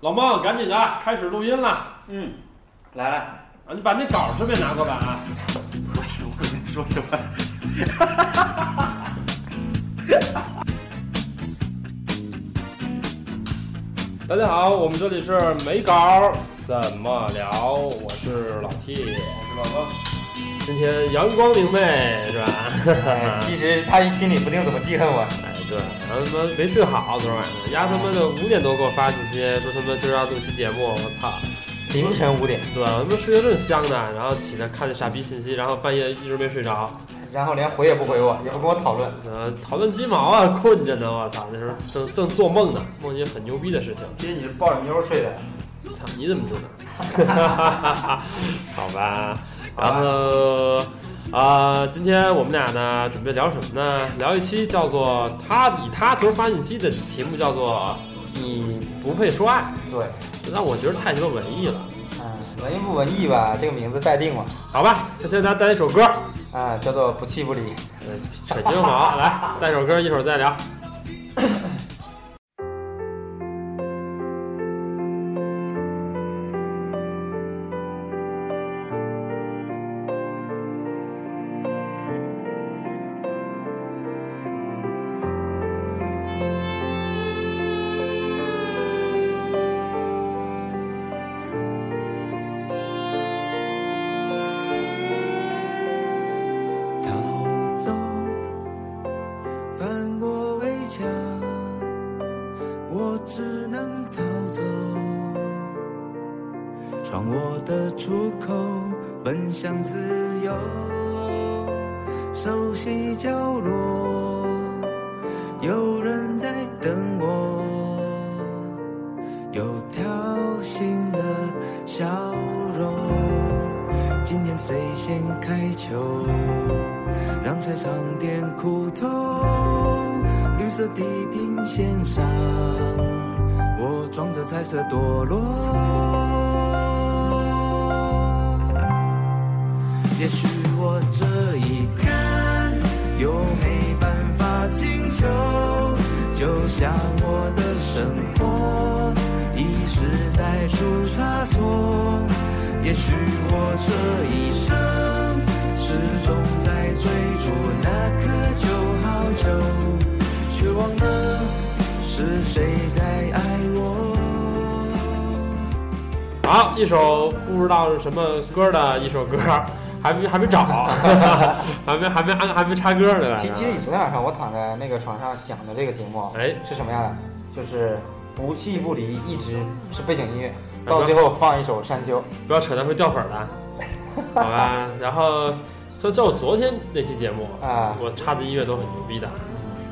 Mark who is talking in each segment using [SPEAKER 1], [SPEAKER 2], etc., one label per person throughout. [SPEAKER 1] 老孟，赶紧的啊，开始录音了。
[SPEAKER 2] 嗯，来来，
[SPEAKER 1] 啊，你把那稿儿顺便拿过来啊。
[SPEAKER 2] 我说 我跟你说什么？
[SPEAKER 1] 大家好，我们这里是没稿儿怎么聊，我是老 T。
[SPEAKER 2] 我是老高。
[SPEAKER 1] 今天阳光明媚是吧？
[SPEAKER 2] 哎其实他心里不定怎么记恨我。
[SPEAKER 1] 哎，对，然后他妈没睡好，昨天晚上，丫他妈的五点多给我发信息，说他妈今儿要录期节目，我操！
[SPEAKER 2] 凌晨五点，
[SPEAKER 1] 对，我他妈睡得正香呢，然后起来看那傻逼信息，然后半夜一直没睡着，
[SPEAKER 2] 然后连回也不回我，也不跟我讨论。
[SPEAKER 1] 呃，讨论鸡毛啊，困着呢，我操，那时候正正做梦呢，梦见很牛逼的事情。
[SPEAKER 2] 其实你是抱着妞睡的。
[SPEAKER 1] 操，你怎么知 道？好吧，然后啊、呃今天我们俩呢，准备聊什么呢？聊一期叫做他以他昨儿发信息的题目叫做“你不配说爱
[SPEAKER 2] 对，”，
[SPEAKER 1] 但我觉得太鸡巴文艺了。
[SPEAKER 2] 嗯，文艺不文艺吧？这个名字待定了。
[SPEAKER 1] 好吧，就先给大家带一首歌，
[SPEAKER 2] 啊，叫做不弃不离。
[SPEAKER 1] 呃，水晶好，来带首歌，一会儿再聊。
[SPEAKER 3] 逃走，翻过围墙，我只能逃走。穿我的出口，奔向自由。熟悉角落，有人在等我，有条形的笑容。今天谁先开球，让谁尝点苦头。绿色地平线上，我装着彩色堕落。也许我这一看，又没办法请求，就像我的生活一直在出差错。也许我这一生始终在追逐那颗九号球，却忘了是谁在爱我。
[SPEAKER 1] 好，啊一首不知道是什么歌的一首歌，还没还没找， 还没还没按还没插歌呢。
[SPEAKER 2] 其其实你昨天晚上我躺在那个床上想的这个节目啊
[SPEAKER 1] 哎，
[SPEAKER 2] 是什么样的？就是不弃不离，一直是背景音乐，到最后放一首《 山丘》。
[SPEAKER 1] 不要扯淡会掉粉儿 的，好吧？然后就就昨天那期节目
[SPEAKER 2] 啊
[SPEAKER 1] 我插的音乐都很牛逼的，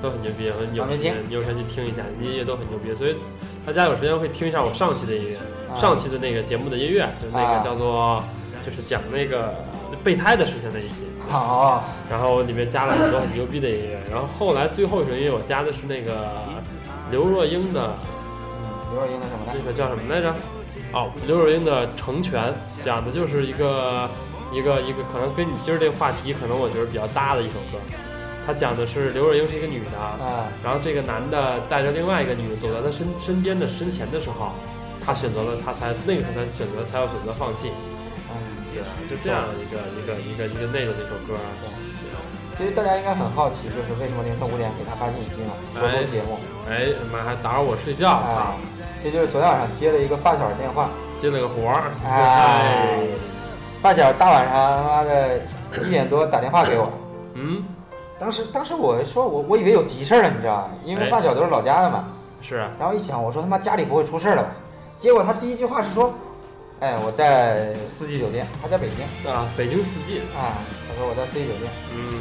[SPEAKER 1] 都很牛逼，有
[SPEAKER 2] 还没
[SPEAKER 1] 时间
[SPEAKER 2] 听
[SPEAKER 1] 你有时间去听一下，音乐都很牛逼，所以大家有时间会听一下我上期的音乐，
[SPEAKER 2] 啊
[SPEAKER 1] 上期的那个节目的音乐就是那
[SPEAKER 2] 啊
[SPEAKER 1] 个叫做就是讲那个备胎的事情那一期。
[SPEAKER 2] 好，
[SPEAKER 1] 然后里面加了很多很牛逼的音乐，然后后来最后一首音乐我加的是那个刘若英的
[SPEAKER 2] 刘若英的什么呢
[SPEAKER 1] 那？个叫什么来着？哦，刘若英的《成全》，讲的就是一个一个一个可能跟你今儿这个话题，可能我觉得比较搭的一首歌。它讲的是刘若英是一个女的，
[SPEAKER 2] 啊，
[SPEAKER 1] 然后这个男的带着另外一个女的走到她身身边的身前的时候，她选择了，她才那个时候才选择才要选择放弃。
[SPEAKER 2] 嗯。
[SPEAKER 1] 对，就这样一个一个一个一个内容的一首歌。啊对
[SPEAKER 2] 其实大家应该很好奇，就是为什么凌晨五点给他发信息嘛，播
[SPEAKER 1] 哎
[SPEAKER 2] 出节目
[SPEAKER 1] 哎妈，还打扰我睡觉，
[SPEAKER 2] 啊
[SPEAKER 1] 操！，
[SPEAKER 2] 这就是昨天晚上接了一个发小的电话，
[SPEAKER 1] 接了个活儿，
[SPEAKER 2] 哎
[SPEAKER 1] 哎，
[SPEAKER 2] 发小大晚上他妈的一点多打电话给我，
[SPEAKER 1] 嗯，
[SPEAKER 2] 当时当时我说我我以为有急事儿呢，你知道吗？因为
[SPEAKER 1] 哎
[SPEAKER 2] 发小都是老家的嘛，
[SPEAKER 1] 是啊，
[SPEAKER 2] 然后一想我说他妈家里不会出事儿了吧？结果他第一句话是说，哎我在四季酒店，他在北京
[SPEAKER 1] 啊，北京四季，
[SPEAKER 2] 啊，他说我在四季酒店，
[SPEAKER 1] 嗯。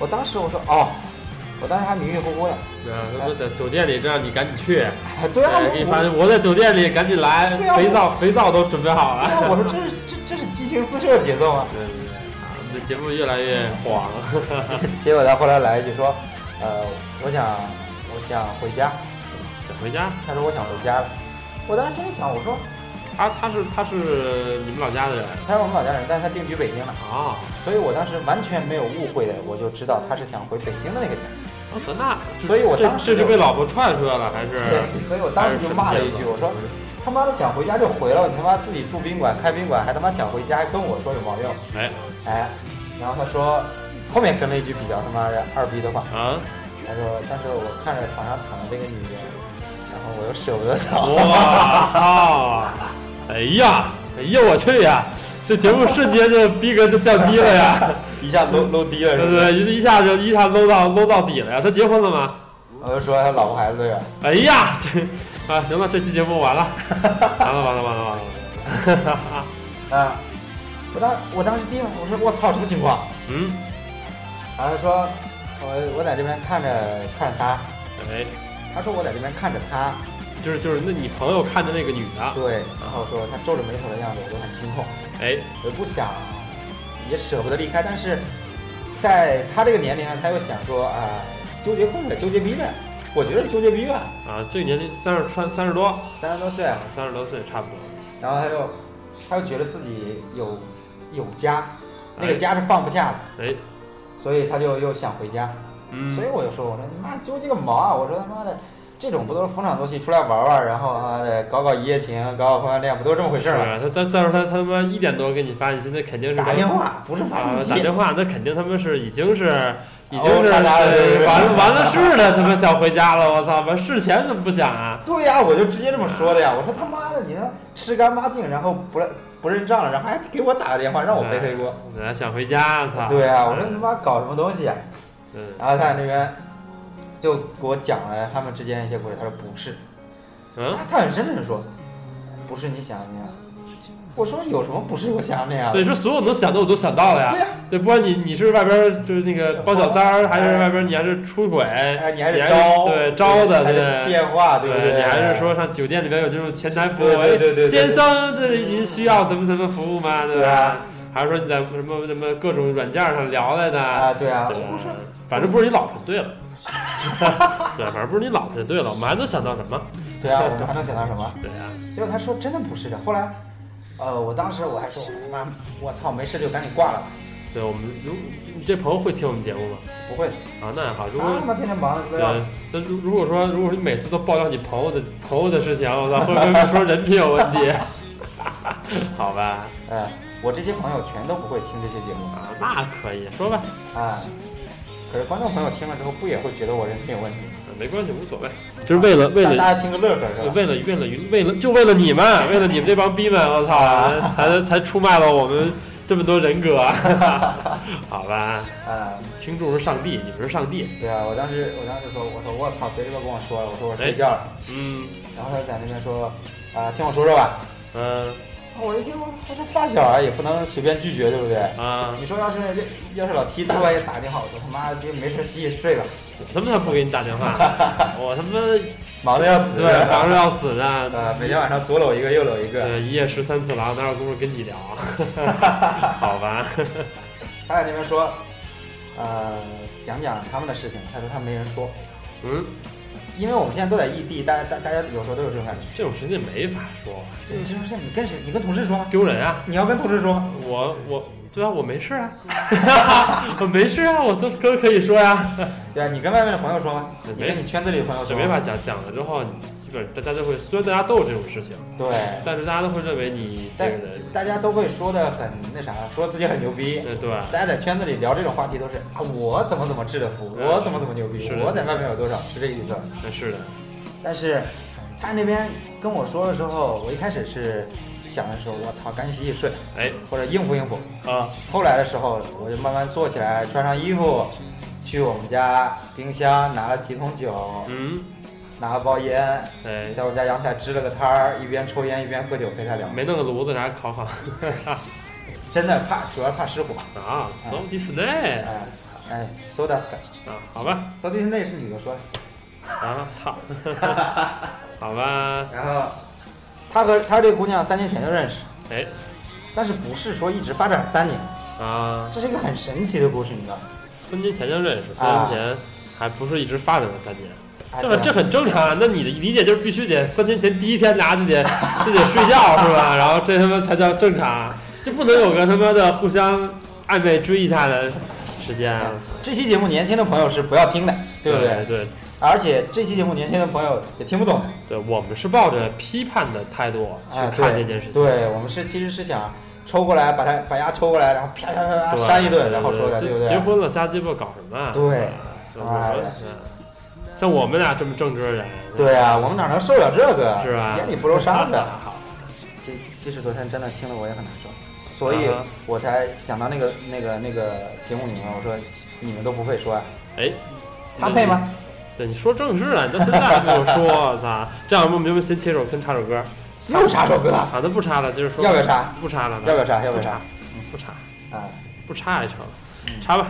[SPEAKER 2] 我当时我说哦，我当时还迷迷糊糊的，
[SPEAKER 1] 对啊，他说在酒店里，这让你赶紧去。
[SPEAKER 2] 哎对啊，我
[SPEAKER 1] 给你
[SPEAKER 2] 我
[SPEAKER 1] 发，我在酒店里，赶紧来，
[SPEAKER 2] 对啊
[SPEAKER 1] 肥皂肥皂都准备好了。
[SPEAKER 2] 哎我说这是这这是激情四射的节奏吗？
[SPEAKER 1] 对对对，啊 我们的节目越来越黄。
[SPEAKER 2] 结果他后来来一句说，呃，我想我想回家。
[SPEAKER 1] 想回家？
[SPEAKER 2] 他说我想回家了。我当时心里想，我说
[SPEAKER 1] 他他是他是你们老家的人
[SPEAKER 2] 他是我们老家人，但是他定居北京了，
[SPEAKER 1] 啊？
[SPEAKER 2] 所以我当时完全没有误会的，我就知道他是想回北京的那个家。
[SPEAKER 1] 我哦操那，
[SPEAKER 2] 所以我
[SPEAKER 1] 这
[SPEAKER 2] 当
[SPEAKER 1] 这
[SPEAKER 2] 时
[SPEAKER 1] 是
[SPEAKER 2] 就
[SPEAKER 1] 被老婆踹出来了还是？
[SPEAKER 2] 对，所以我当时就骂了一句，我说
[SPEAKER 1] 还是什么意思
[SPEAKER 2] 他妈的想回家就回了，你他妈自己住宾馆开宾馆，还他妈想回家，还跟我说有毛病，
[SPEAKER 1] 哎
[SPEAKER 2] 哎，然后他说后面跟了一句比较他妈的二逼的话，
[SPEAKER 1] 啊，
[SPEAKER 2] 他说但是我看着床上躺着这个女人，然后我又舍不得走，
[SPEAKER 1] 我操！哎呀，哎呀，我去呀！这节目瞬间就逼格就降低了呀，
[SPEAKER 2] 一下搂搂低了
[SPEAKER 1] 对
[SPEAKER 2] 是
[SPEAKER 1] 不
[SPEAKER 2] 不是？
[SPEAKER 1] 对？一下就一下搂到搂到底了呀。他结婚了吗？
[SPEAKER 2] 我就说他老婆孩子对吧？
[SPEAKER 1] 哎呀，这啊，行了，这期节目完了，完了，完了，完了，完了。
[SPEAKER 2] 啊，我当我当时第一反应我说我操什么情况？
[SPEAKER 1] 嗯，
[SPEAKER 2] 然后他说我我在这边看着看着他，
[SPEAKER 1] 哎，
[SPEAKER 2] 他说我在这边看着他，
[SPEAKER 1] 就是就是，那你朋友看的那个女的，
[SPEAKER 2] 对，然后说他皱着眉头的样子我都很心痛。
[SPEAKER 1] 哎，
[SPEAKER 2] 我不想，也舍不得离开，但是在他这个年龄上，他又想说啊、纠结困了，纠结逼了。我觉得纠结逼吧，
[SPEAKER 1] 啊，这个年龄三十穿三十多，
[SPEAKER 2] 三十多岁，
[SPEAKER 1] 三十多岁差不多。
[SPEAKER 2] 然后他又他又觉得自己有有家，那个家是放不下的，
[SPEAKER 1] 哎，
[SPEAKER 2] 所以他就又想回家。
[SPEAKER 1] 嗯，
[SPEAKER 2] 所以我就说，我说你妈纠结个毛啊！我说他妈的，这种不都是逢场作戏，出来玩玩，然后他妈的搞搞一夜情，搞搞婚外恋，不都这么回事
[SPEAKER 1] 是
[SPEAKER 2] 儿吗？
[SPEAKER 1] 啊，他再再说他他他妈一点多给你发信息，那肯定是
[SPEAKER 2] 打电话不是发
[SPEAKER 1] 啊
[SPEAKER 2] 信，息
[SPEAKER 1] 打，电话，那肯定他们是已经是。已经
[SPEAKER 2] 哦
[SPEAKER 1] 是
[SPEAKER 2] 查查了对
[SPEAKER 1] 对
[SPEAKER 2] 对对
[SPEAKER 1] 完了完 了事了，他妈想回家了，我操！完事前怎么不想啊？
[SPEAKER 2] 对呀、我就直接这么说的呀。我说他妈的，你他妈吃干抹净，然后不认不认账了，然后还给我打个电话让我背黑锅。
[SPEAKER 1] 本来想回家，操！
[SPEAKER 2] 对啊，我说你他妈搞什么东西啊？
[SPEAKER 1] 嗯，
[SPEAKER 2] 然后他那边就给我讲了他们之间一些故事。他说不是，
[SPEAKER 1] 嗯
[SPEAKER 2] 他他很深沉地说，不是你想的那样。我说有什么不是我想的那样
[SPEAKER 1] 对，
[SPEAKER 2] 的？
[SPEAKER 1] 说所有能想的我都想到了呀。
[SPEAKER 2] 对呀啊
[SPEAKER 1] 对，不管你你是外边儿就是那个包小三儿，还是外边儿你还是出轨，
[SPEAKER 2] 哎，你
[SPEAKER 1] 你
[SPEAKER 2] 还是
[SPEAKER 1] 招
[SPEAKER 2] 招
[SPEAKER 1] 对招的，
[SPEAKER 2] 还
[SPEAKER 1] 对不
[SPEAKER 2] 是
[SPEAKER 1] 对？
[SPEAKER 2] 电话，对不
[SPEAKER 1] 对，你还是说
[SPEAKER 2] 对
[SPEAKER 1] 上酒店里面有这种前台服务，
[SPEAKER 2] 对对对对对
[SPEAKER 1] 先生，这里您需要什么什么服务吗？对
[SPEAKER 2] 是
[SPEAKER 1] 吧
[SPEAKER 2] 啊？
[SPEAKER 1] 还是说你在什么什么各种软件上聊来的？
[SPEAKER 2] 啊，对啊，
[SPEAKER 1] 对吧？反正不是你老婆就对了， 对，反正不是你老婆就对了。我们还能想到什么？
[SPEAKER 2] 对啊，我们还能想到什么？
[SPEAKER 1] 对啊呀、
[SPEAKER 2] 结果他说真的不是的。后来，呃，我当时我还说，我他妈，我操，没事就赶紧挂了吧，
[SPEAKER 1] 对我们如你这朋友会听我们节目吗？
[SPEAKER 2] 不会的，
[SPEAKER 1] 啊，那也好，如果、
[SPEAKER 2] 他他妈天天忙的都要
[SPEAKER 1] 对，那如如果说，如果说你每次都爆料你朋友的朋友的事情，我操，会不会说人品有问题？ 好吧，
[SPEAKER 2] 呃，我这些朋友全都不会听这些节目
[SPEAKER 1] 啊，那可以说吧，
[SPEAKER 2] 啊。可是观众朋友听了之后，不也会觉得我人品有问题？
[SPEAKER 1] 啊没关系，无所谓，就是为了为
[SPEAKER 2] 但
[SPEAKER 1] 了
[SPEAKER 2] 大家听个乐呵是吧？
[SPEAKER 1] 为了为了为了就为了你们，为了你们这帮逼们，我 操，才才出卖了我们这么多人格， 好吧，
[SPEAKER 2] 啊，
[SPEAKER 1] 听众是上帝，你们是上帝，
[SPEAKER 2] 对啊，我当时我当时说，我说我操，别他妈跟我说了，我说我睡觉了。
[SPEAKER 1] 嗯
[SPEAKER 2] 然后他在那边说，啊，听我说说吧。
[SPEAKER 1] 嗯
[SPEAKER 2] 我一听，我说发小啊，也不能随便拒绝，对不对？
[SPEAKER 1] 啊，
[SPEAKER 2] 你说要是要是老 T 突然也打电话，我说他妈就没事洗洗睡吧，
[SPEAKER 1] 我他妈才不给你打电话，我他妈
[SPEAKER 2] 忙的要死。
[SPEAKER 1] 对忙着要死呢，
[SPEAKER 2] 呃，每天晚上左搂一个，右搂一个。
[SPEAKER 1] 呃，一夜十三次郎，哪有功夫跟你聊啊？好吧，
[SPEAKER 2] 他在那边说，呃，讲讲他们的事情。他说他没人说，
[SPEAKER 1] 嗯，
[SPEAKER 2] 因为我们现在都在异地，大家大大家有时候都有这种感觉。
[SPEAKER 1] 这种事情没法说，
[SPEAKER 2] 对，这种事你跟谁？你跟同事说，
[SPEAKER 1] 丢人啊！
[SPEAKER 2] 你要跟同事说，
[SPEAKER 1] 我我对啊，我没事啊，我没事啊，我这哥可以说呀、
[SPEAKER 2] 对啊，你跟外面的朋友说吗？
[SPEAKER 1] 对
[SPEAKER 2] 你跟你圈子里的朋友
[SPEAKER 1] 这
[SPEAKER 2] 说
[SPEAKER 1] 没法讲，讲了之后，你基本大家就会，虽然大家都有这种事情，
[SPEAKER 2] 对，
[SPEAKER 1] 但是大家都会认为你这
[SPEAKER 2] 但
[SPEAKER 1] 个人，呃
[SPEAKER 2] 大家都会说的很那啥，说自己很牛逼。
[SPEAKER 1] 对对，
[SPEAKER 2] 大家在圈子里聊这种话题都是啊，我怎么怎么致的富，
[SPEAKER 1] 嗯
[SPEAKER 2] 我怎么怎么牛逼
[SPEAKER 1] 是，的
[SPEAKER 2] 我在外面有多少，是这个意思。
[SPEAKER 1] 那是的，
[SPEAKER 2] 但是他那边跟我说的时候，我一开始是想的时候，我操，赶紧洗洗睡，
[SPEAKER 1] 哎
[SPEAKER 2] 或者应付应付。
[SPEAKER 1] 啊，
[SPEAKER 2] 后来的时候，我就慢慢坐起来，穿上衣服，去我们家冰箱拿了几桶酒，
[SPEAKER 1] 嗯，
[SPEAKER 2] 拿了包烟，
[SPEAKER 1] 哎，
[SPEAKER 2] 在我家阳台支了个摊儿，一边抽烟一边喝酒陪他聊。
[SPEAKER 1] 没弄个炉子啥烤烤
[SPEAKER 2] 真的怕，主要是怕失火。
[SPEAKER 1] 啊，so disney
[SPEAKER 2] 哎哎，so d a s k
[SPEAKER 1] 啊，好吧，
[SPEAKER 2] so d a s 那是女的说 的。
[SPEAKER 1] 啊，操，好吧，
[SPEAKER 2] 然后他和他这姑娘三年前就认识，
[SPEAKER 1] 哎
[SPEAKER 2] 但是不是说一直发展三年，
[SPEAKER 1] 啊。
[SPEAKER 2] 这是一个很神奇的故事，你知道吗？
[SPEAKER 1] 三年前就认识，三
[SPEAKER 2] 啊
[SPEAKER 1] 年前还不是一直发展了三年，
[SPEAKER 2] 哎
[SPEAKER 1] 这很这
[SPEAKER 2] 对
[SPEAKER 1] 很正常啊。那你的理解就是必须得三年前第一天拿就 得就得睡觉是吧？然后这他妈才叫正常，这不能有个他妈的互相暧昧追一下的时间啊，
[SPEAKER 2] 这期节目年轻的朋友是不要听的，对不对？
[SPEAKER 1] 对？
[SPEAKER 2] 而且这期节目年轻的朋友也听不懂
[SPEAKER 1] 对我们是抱着批判的态度去
[SPEAKER 2] 啊，
[SPEAKER 1] 看
[SPEAKER 2] 对
[SPEAKER 1] 这件事情。
[SPEAKER 2] 对我们是其实是想抽过来，把它把牙抽过来，然后啪啪啪啪扇一顿，然后说的，对不
[SPEAKER 1] 就
[SPEAKER 2] 对？
[SPEAKER 1] 结婚了瞎鸡巴搞什么啊？
[SPEAKER 2] 对哎
[SPEAKER 1] 啊是不是嗯像我们俩这么正直的人，
[SPEAKER 2] 对啊，我们哪能受了这个？
[SPEAKER 1] 是啊吧
[SPEAKER 2] 眼里不揉沙子。啊
[SPEAKER 1] 好
[SPEAKER 2] 其其其实昨天真的听得我也很难受，所以
[SPEAKER 1] 啊哈
[SPEAKER 2] 我才想到那个那个那个节目里面，我说你们都不会说啊，
[SPEAKER 1] 哎，
[SPEAKER 2] 他配吗？
[SPEAKER 1] 对，你说正事啊，你到现在还没有说，我操！这样，我们要不先切首先插首歌？
[SPEAKER 2] 又插首歌，啊
[SPEAKER 1] 好的，不插了，接着说。
[SPEAKER 2] 要不要插？
[SPEAKER 1] 不插了吧，
[SPEAKER 2] 要不要插？要不要插？
[SPEAKER 1] 不插，
[SPEAKER 2] 啊，
[SPEAKER 1] 不插也成，插吧。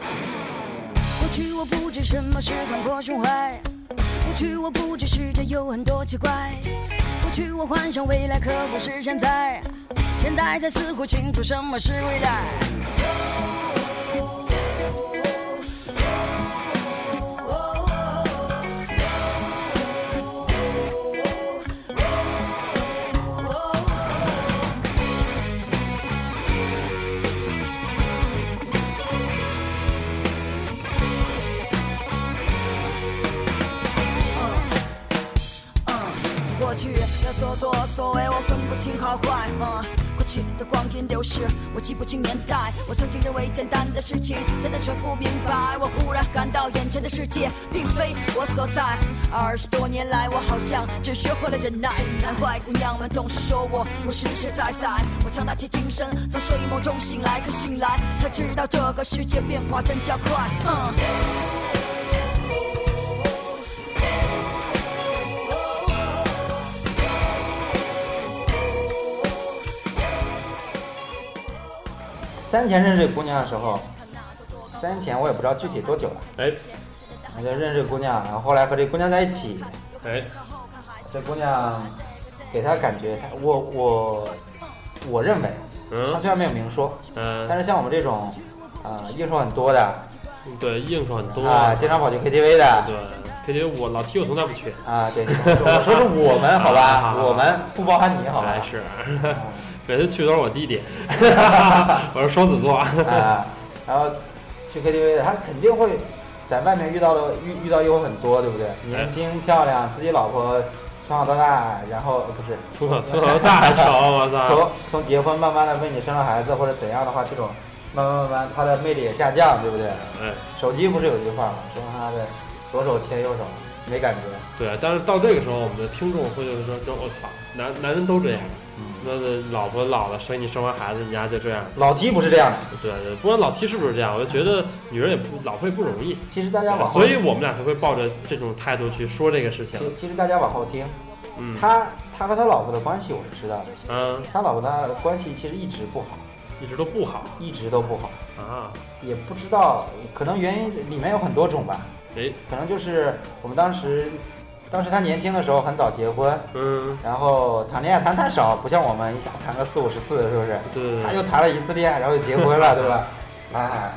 [SPEAKER 4] 过去我不知什么是宽阔胸怀，过去我不知世界有很多奇怪，过去我幻想未来可不是现在，现在才似乎清楚什么是未来。嗯，过去的所作所为我分不清好坏。嗯，过去的光阴流逝，我记不清年代。我曾经认为简单的事情，现在全部明白。我忽然感到眼前的世界并非我所在。二十多年来，我好像只学会了忍耐。难怪姑娘们总是说我不实实在在。我强大起精神，从睡梦中醒来，可醒来才知道这个世界变化真叫快。嗯。
[SPEAKER 2] 三前认识这姑娘的时候，三前我也不知道具体多久了，
[SPEAKER 1] 哎
[SPEAKER 2] 我就认识这姑娘，然后后来和这姑娘在一起，
[SPEAKER 1] 哎，
[SPEAKER 2] 这姑娘给她感觉，她我我我认为，
[SPEAKER 1] 嗯
[SPEAKER 2] 她虽然没有明说，但
[SPEAKER 1] 嗯，
[SPEAKER 2] 是像我们这种啊、应酬很多的
[SPEAKER 1] 对，应酬很多
[SPEAKER 2] 啊、经常跑去 KTV 的。
[SPEAKER 1] 对，KTV 我老提我从来不去，
[SPEAKER 2] 啊，对，我说是我们，好 吧，
[SPEAKER 1] 啊
[SPEAKER 2] 我们不包含你，好吧
[SPEAKER 1] 哎？是， 每次去都是我 弟弟，我是双子座，
[SPEAKER 2] 啊，然后去 KTV 的，他肯定会在外面遇到的遇遇到诱惑很多，对不对？
[SPEAKER 1] 哎
[SPEAKER 2] 年轻漂亮，自己老婆从小到大，然后呃不是
[SPEAKER 1] 从小从小大还成，我操！
[SPEAKER 2] 从从结婚慢慢的为你生了孩子或者怎样的话，这种慢慢慢慢他的魅力也下降，对不对？
[SPEAKER 1] 哎，
[SPEAKER 2] 手机不是有句话吗？说他的左手牵右手没感觉，
[SPEAKER 1] 对，啊但是到这个时候，我们的听众会就是说，就我操，男男人都这样，
[SPEAKER 2] 嗯，
[SPEAKER 1] 那老婆老了，生你生完孩子，你家就这样。
[SPEAKER 2] 老提不是这样的。
[SPEAKER 1] 对啊对，不管老 T 是不是这样，我就觉得女人也不老婆也不容易，啊
[SPEAKER 2] 其实大家往后，
[SPEAKER 1] 所以我们俩才会抱着这种态度去说这个事情。
[SPEAKER 2] 其其实大家往后听，
[SPEAKER 1] 嗯
[SPEAKER 2] 他他和他老婆的关系我是知道的，
[SPEAKER 1] 嗯，
[SPEAKER 2] 他老婆的关系其实一直不好，
[SPEAKER 1] 一直都不好
[SPEAKER 2] 一直都不好，
[SPEAKER 1] 啊。
[SPEAKER 2] 也不知道，可能原因里面有很多种吧，
[SPEAKER 1] 哎，
[SPEAKER 2] 可能就是我们当时，当时他年轻的时候很早结婚，
[SPEAKER 1] 嗯，
[SPEAKER 2] 然后谈恋爱谈太少，不像我们一下谈个四五十次，是不是？
[SPEAKER 1] 对
[SPEAKER 2] 他就谈了一次恋爱，然后就结婚了，对吧？哎，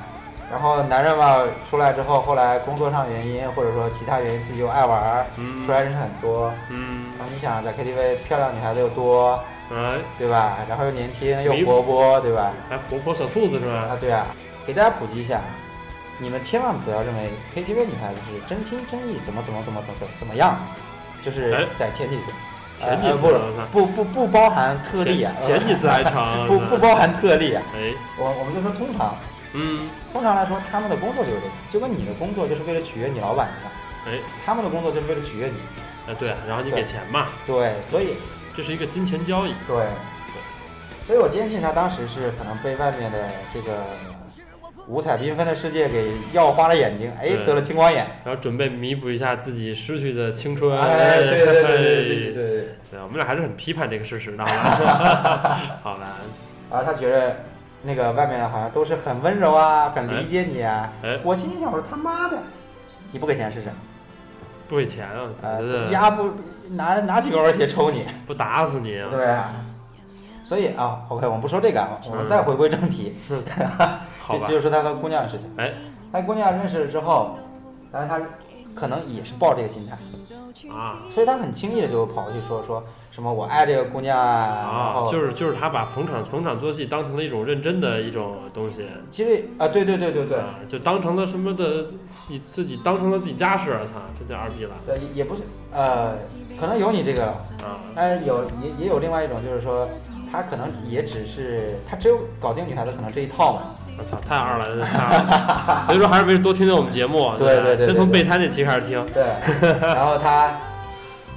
[SPEAKER 2] 然后男人嘛，出来之后，后来工作上原因，或者说其他原因，自己又爱玩儿，
[SPEAKER 1] 嗯
[SPEAKER 2] 出来认识很多。
[SPEAKER 1] 嗯，
[SPEAKER 2] 然后你想，在 KTV 漂亮女孩子又多，
[SPEAKER 1] 哎，
[SPEAKER 2] 对吧？然后又年轻
[SPEAKER 1] 没
[SPEAKER 2] 又活泼，对吧？
[SPEAKER 1] 还活泼小兔子是吧？
[SPEAKER 2] 啊，对啊，给大家普及一下，啊你们千万不要认为 KTV 女孩子是真心真意怎么怎么怎么怎么怎么样，就是
[SPEAKER 1] 哎
[SPEAKER 2] 在前几次，
[SPEAKER 1] 前几
[SPEAKER 2] 呃
[SPEAKER 1] 次我操
[SPEAKER 2] 呃不不不不包含特例啊
[SPEAKER 1] 前，前几次还 啊成
[SPEAKER 2] 不不包含特例啊，
[SPEAKER 1] 哎，
[SPEAKER 2] 我我们就说通常，
[SPEAKER 1] 嗯，
[SPEAKER 2] 通常来说他们的工作就是这个，就跟你的工作就是为了取悦你老板一样，
[SPEAKER 1] 哎，
[SPEAKER 2] 他们的工作就是为了取悦你，
[SPEAKER 1] 哎对，然后你给钱嘛，
[SPEAKER 2] 对，所以
[SPEAKER 1] 这是一个金钱交易。
[SPEAKER 2] 对，所以我坚信他当时是可能被外面的这个五彩缤纷的世界给耀花了眼睛，哎，
[SPEAKER 1] 对
[SPEAKER 2] 得了青光眼。
[SPEAKER 1] 然后准备弥补一下自己失去的青春。
[SPEAKER 2] 哎，对对对对对
[SPEAKER 1] 对，
[SPEAKER 2] 对对。
[SPEAKER 1] 我们俩还是很批判这个事实的，好 吧？好吧，
[SPEAKER 2] 然后他觉得那个外面好像都是很温柔啊，很
[SPEAKER 1] 哎
[SPEAKER 2] 理解你啊。
[SPEAKER 1] 哎
[SPEAKER 2] 我心里想，我说他妈的，你不给钱试试？
[SPEAKER 1] 不给钱啊，我觉
[SPEAKER 2] 呃，
[SPEAKER 1] 得
[SPEAKER 2] 丫不拿拿几个玩鞋抽你？
[SPEAKER 1] 不打死你啊！
[SPEAKER 2] 对啊。所以啊，OK，我们不说这个啊，我们再回归正题，
[SPEAKER 1] 嗯好吧
[SPEAKER 2] 就就是说他和姑娘的事情。
[SPEAKER 1] 哎，
[SPEAKER 2] 那姑娘认识了之后，然后她可能也是抱这个心态，
[SPEAKER 1] 啊
[SPEAKER 2] 所以她很轻易的就跑过去说说什么我爱这个姑娘啊，然
[SPEAKER 1] 啊，
[SPEAKER 2] 后
[SPEAKER 1] 就是就是他把逢场逢场作戏当成了一种认真的一种东西，
[SPEAKER 2] 其实啊，对对对对对，
[SPEAKER 1] 啊，就当成了什么的，你自己当成了自己家事，操，这叫二逼了
[SPEAKER 2] 呃，也不是呃，可能有你这个，
[SPEAKER 1] 啊！
[SPEAKER 2] 但是有也也有另外一种，就是说他可能也只是他只有搞定女孩子可能这一套嘛，
[SPEAKER 1] 我操，太二了，太二了，所以说还是没多听听我们节目，
[SPEAKER 2] 对
[SPEAKER 1] 吧
[SPEAKER 2] 对
[SPEAKER 1] 先
[SPEAKER 2] 对
[SPEAKER 1] 从
[SPEAKER 2] 对对
[SPEAKER 1] 备胎那期开始听，
[SPEAKER 2] 对，然后他